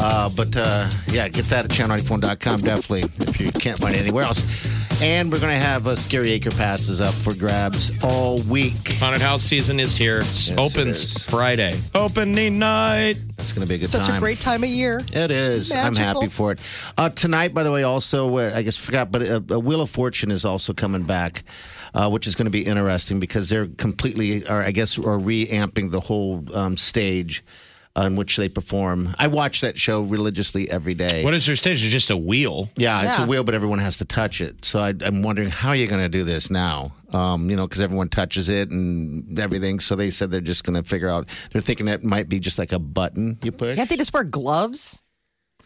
Speaker 2: Uh, but uh, yeah, get that at channel94.com, definitely, if you can't find it anywhere else. And we're going to have uh, Scary Acre passes up for grabs all week.
Speaker 3: Haunted house season is here.
Speaker 2: it
Speaker 3: Opens
Speaker 2: is.
Speaker 3: Friday. Opening night.
Speaker 2: It's going to be a good
Speaker 4: Such
Speaker 2: time.
Speaker 4: a great time of year.
Speaker 2: It is. I'm
Speaker 4: Magical.
Speaker 2: happy for it. Uh, tonight, by the way, also, uh, I guess I forgot, but uh, uh, Wheel of Fortune is also coming back, uh, which is going to be interesting because they're completely, or I guess, are reamping the whole um, stage on which they perform. I watch that show religiously every day.
Speaker 3: What is their stage? It's just a wheel.
Speaker 2: Yeah, it's a
Speaker 3: Yeah.
Speaker 2: wheel, but everyone has to touch it. So I, I'm wondering how you're going to do this now. Um, you know, because everyone touches it and everything. So they said they're just going to figure out. They're thinking that might be just like a button you push.
Speaker 4: Can't they just wear gloves?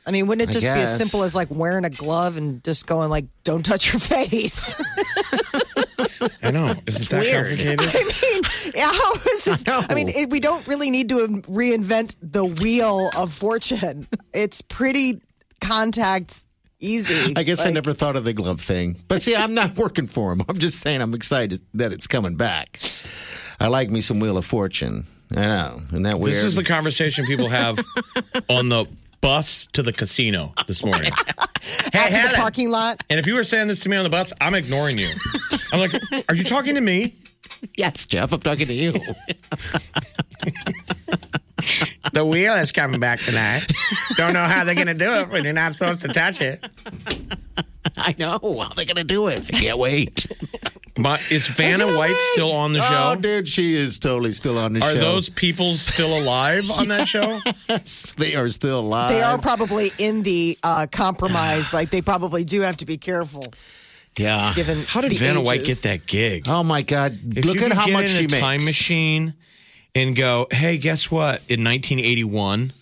Speaker 4: I mean, wouldn't it
Speaker 2: I
Speaker 4: just be as
Speaker 2: guess.
Speaker 4: simple as like wearing a glove and just going like, "Don't touch your face"?
Speaker 3: I know. Isn't that complicated?
Speaker 4: I mean, yeah, how is this? I, mean, it, we don't really need to um, reinvent the wheel of fortune. It's pretty contact easy.
Speaker 2: I guess I
Speaker 4: Like,
Speaker 2: never thought of the glove thing. But see, I'm not working for them. I'm just saying I'm excited that it's coming back. I like me some Wheel of Fortune. I know. Isn't that weird?
Speaker 3: This is the conversation people have on the bus to the casino this morning. hey,
Speaker 4: after
Speaker 3: Helen.
Speaker 4: the parking lot.
Speaker 3: And if you were saying this to me on the bus, I'm ignoring you. I'm like, are you talking to me?
Speaker 2: Yes, Jeff, I'm talking to you.
Speaker 12: The wheel is coming back tonight. Don't know how they're going to do it when you're not supposed to touch it.
Speaker 2: I know. How they going to do it? I can't wait.
Speaker 3: My, is Vanna White still on the
Speaker 2: Oh,
Speaker 3: show?
Speaker 2: dude, she is totally still on the
Speaker 3: Are
Speaker 2: show.
Speaker 3: those people still alive on that show?
Speaker 2: Yes, they are still alive.
Speaker 4: They are probably in the uh, compromise. Like they probably do have to be careful.
Speaker 2: Yeah.
Speaker 4: Given
Speaker 3: how did
Speaker 4: the
Speaker 3: Vanna White get
Speaker 4: ages.
Speaker 3: that gig?
Speaker 2: Oh my God!
Speaker 3: If
Speaker 2: Look
Speaker 3: you
Speaker 2: at
Speaker 3: could
Speaker 2: how
Speaker 3: get
Speaker 2: much
Speaker 3: in
Speaker 2: she
Speaker 3: a time
Speaker 2: makes.
Speaker 3: machine and go, hey, guess what? In 1981,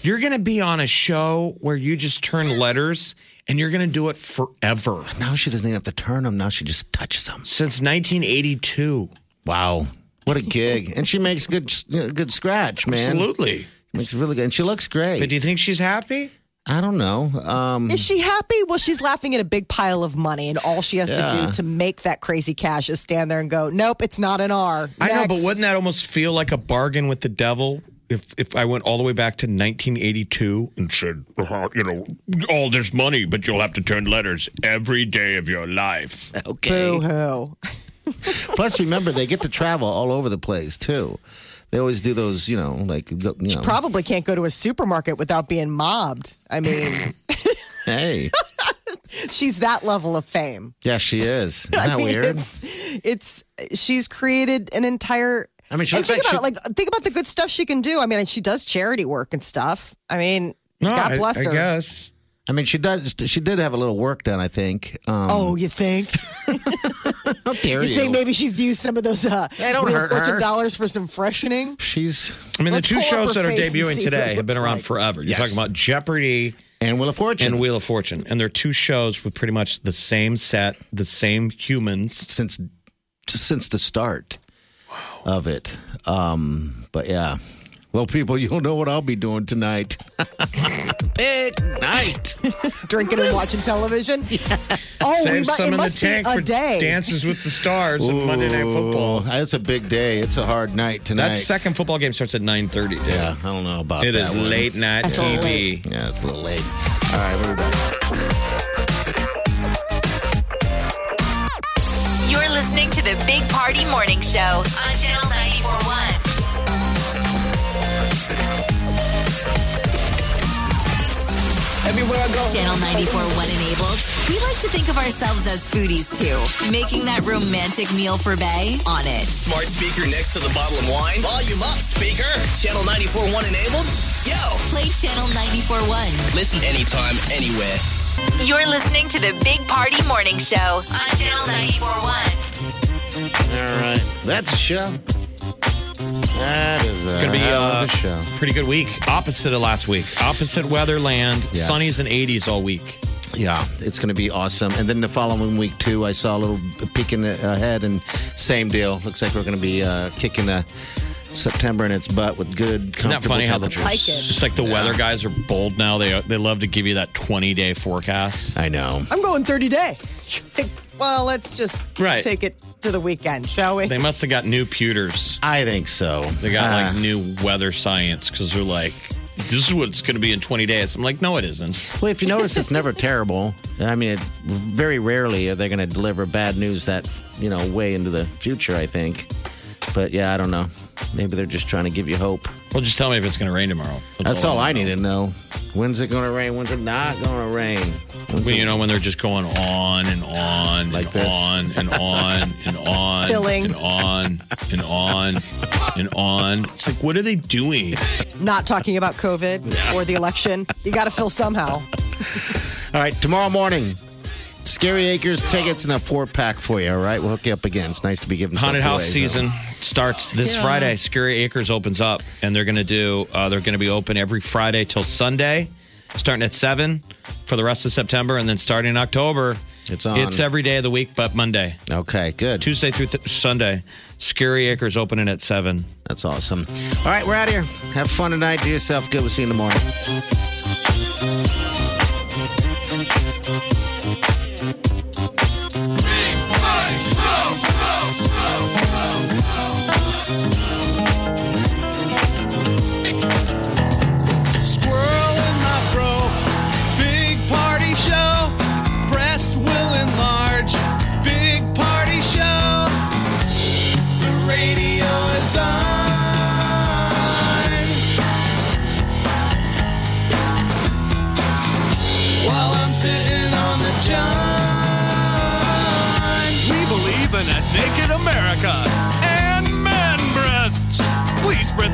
Speaker 3: you're going to be on a show where you just turn letters and you're going to do it forever.
Speaker 2: Now she doesn't even have to turn them. Now she just touches them.
Speaker 3: Since 1982. Oh.
Speaker 2: Wow. What a gig! and she makes good, good scratch, man.
Speaker 3: Absolutely.
Speaker 2: Makes really good, and she looks great.
Speaker 3: But do you think she's happy?
Speaker 2: I don't know. Um,
Speaker 4: Is she happy? Well, she's laughing at a big pile of money, and all she has to
Speaker 3: Yeah.
Speaker 4: do to make that crazy cash is stand there and go, "Nope, it's not an R."
Speaker 3: I know, but
Speaker 4: Next."
Speaker 3: wouldn't that almost feel like a bargain with the devil if if I went all the way back to 1982 and said, "Uh-huh, you know, oh, there's money, but you'll have to turn letters every day of your life.
Speaker 2: Okay.
Speaker 4: hoo.
Speaker 2: Plus, remember they get to travel all over the place too. They always do those, you know, like you know.
Speaker 4: probably can't go to a supermarket without being mobbed. I mean,
Speaker 2: hey,
Speaker 4: she's that level of fame.
Speaker 2: yeah, she is. Isn't
Speaker 4: I
Speaker 2: that
Speaker 4: mean,
Speaker 2: weird?
Speaker 4: It's, it's she's created an entire.
Speaker 2: I mean, she looks
Speaker 4: and think
Speaker 2: like
Speaker 4: about it. Like, think about the good stuff she can do. I mean, she does charity work and stuff. I mean, God bless her.
Speaker 3: guess.
Speaker 2: I mean, she does. She did have a little work done, I think. Um,
Speaker 4: Oh, you think?
Speaker 2: how dare
Speaker 4: you
Speaker 2: you?
Speaker 4: think maybe she's used some of those uh,
Speaker 2: They don't
Speaker 4: Wheel
Speaker 2: hurt
Speaker 4: of Fortune
Speaker 2: her.
Speaker 4: dollars for some freshening?
Speaker 2: She's.
Speaker 3: I mean,
Speaker 4: Let's
Speaker 3: the two
Speaker 4: pull up
Speaker 3: shows
Speaker 4: her
Speaker 3: that are
Speaker 4: face and
Speaker 3: debuting
Speaker 4: see what
Speaker 3: today
Speaker 4: it
Speaker 3: have been
Speaker 4: looks
Speaker 3: around
Speaker 4: like.
Speaker 3: forever. You're
Speaker 2: Yes.
Speaker 3: talking about Jeopardy
Speaker 2: and Wheel of Fortune
Speaker 3: and Wheel of Fortune, and they're two shows with pretty much the same set, the same humans
Speaker 2: since since the start of it. Um, but yeah. Well, people, you'll know what I'll be doing tonight. Big night.
Speaker 4: Drinking and watching television? Oh, we
Speaker 3: Save
Speaker 4: mu-
Speaker 3: some
Speaker 4: it
Speaker 3: in the
Speaker 4: must be
Speaker 3: tank
Speaker 4: a
Speaker 3: for
Speaker 4: day.
Speaker 3: Dances with the Stars and Monday Night Football.
Speaker 2: Ooh, It's a big day. It's a hard night tonight.
Speaker 3: That second football game starts at 9.30. Dude.
Speaker 2: Yeah, I don't know about
Speaker 3: It
Speaker 2: that
Speaker 3: is
Speaker 2: one.
Speaker 3: late night
Speaker 2: That's a little
Speaker 3: TV.
Speaker 2: Yeah, it's a little late. All right, we're back.
Speaker 1: You're listening to the Big Party Morning Show on Channel 941.
Speaker 13: Everywhere I go.
Speaker 1: Channel 941 enabled. We like to think of ourselves as foodies too. Making that romantic meal for Bay on it.
Speaker 5: Smart speaker next to the bottle of wine. Volume up, speaker. Channel 94.1 enabled. Yo.
Speaker 1: Play Channel 941.
Speaker 5: Listen anytime, anywhere.
Speaker 1: You're listening to the Big Party Morning Show on Channel 941.
Speaker 2: All right. That's a show. That is a
Speaker 3: It's going to be
Speaker 2: hell
Speaker 3: uh,
Speaker 2: of a show.
Speaker 3: pretty good week. Opposite of last week. Opposite weather land.
Speaker 2: Yes.
Speaker 3: Sunny's and 80s all week.
Speaker 2: Yeah, it's going to be awesome. And then the following week too, I saw a little peek in the ahead, and same deal. Looks like we're going to be uh, kicking the September in its butt with good,
Speaker 3: Isn't that
Speaker 2: comfortable
Speaker 3: funny how the,
Speaker 2: temperatures.
Speaker 3: it's like the weather guys are bold now. They they love to give you that 20 day forecast.
Speaker 2: I know.
Speaker 4: I'm going 30 day. Well, let's just
Speaker 3: Right.
Speaker 4: take it to the weekend, shall we?
Speaker 3: They must have got new pewters.
Speaker 2: I think so.
Speaker 3: They got
Speaker 2: Uh,
Speaker 3: like new weather science because they're like, this is what it's going to be in 20 days. I'm like, no, it isn't.
Speaker 2: Well, if you notice, it's never terrible. I mean, it, very rarely are they going to deliver bad news that you know way into the future. I think, but yeah, I don't know. Maybe they're just trying to give you hope.
Speaker 3: Well, just tell me if it's going to rain tomorrow.
Speaker 2: That's all I need to know. When's it going to rain? When's it not going to rain?
Speaker 3: Well, you know when they're just going on and on like and
Speaker 2: this.
Speaker 3: on and on and on
Speaker 4: Filling.
Speaker 3: and on and on and on. It's like, what are they doing?
Speaker 4: Not talking about COVID or the election. You got to fill somehow.
Speaker 2: All right, tomorrow morning, Scary Acres tickets and a four pack for you. All right, we'll hook you up again. It's nice to be giving
Speaker 3: Haunted
Speaker 2: stuff
Speaker 3: house
Speaker 2: away,
Speaker 3: season starts this
Speaker 2: Yeah.
Speaker 3: Friday. Scary Acres opens up, and they're going to do. Uh, they're going to be open every Friday till Sunday, starting at seven for the rest of September, and then starting in October. It's
Speaker 2: on.
Speaker 3: It's uh, every day of the week, but Monday.
Speaker 2: Okay, good.
Speaker 3: Tuesday through th- Sunday. Scary Acres opening at seven.
Speaker 2: That's awesome. so. All right, we're out of here. Have fun tonight. Do yourself good. We'll see you in the morning.
Speaker 14: Squirrel in my bro. Big party show. Breast will enlarge. Big party show. The radio is on. While I'm sitting on the john.
Speaker 15: We believe in a naked America and man breasts. Please spread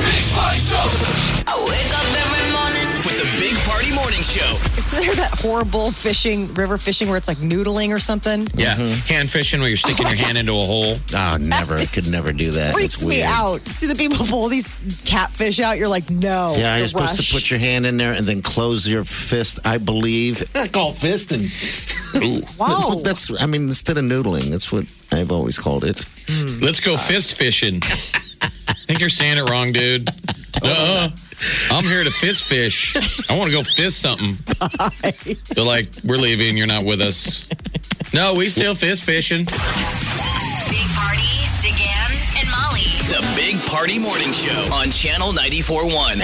Speaker 14: Big party show.
Speaker 1: I wake up every morning.
Speaker 5: With the Big Party Morning Show.
Speaker 4: Is there that horrible fishing, river fishing, where it's like noodling or something?
Speaker 3: Yeah, hand fishing where you're sticking your hand into a hole.
Speaker 2: Oh, never. I could never do that.
Speaker 4: Freaks
Speaker 2: It's
Speaker 4: me
Speaker 2: weird.
Speaker 4: out. See the people pull these catfish out. You're like, no.
Speaker 2: Yeah,
Speaker 4: the
Speaker 2: you're supposed
Speaker 4: rush.
Speaker 2: to put your hand in there and then close your fist. I believe. I call fist and.
Speaker 4: Wow.
Speaker 2: That's. I mean, instead of noodling, that's what I've always called it.
Speaker 3: Let's go fist fishing. I think you're saying it wrong, dude. Uh-uh. I'm here to fist fish. I want to go fist something. They're like, we're leaving. You're not with us. No, we still fist fishing.
Speaker 1: Big Party, DeGan, and Molly.
Speaker 5: The Big Party Morning Show on Channel 94.1.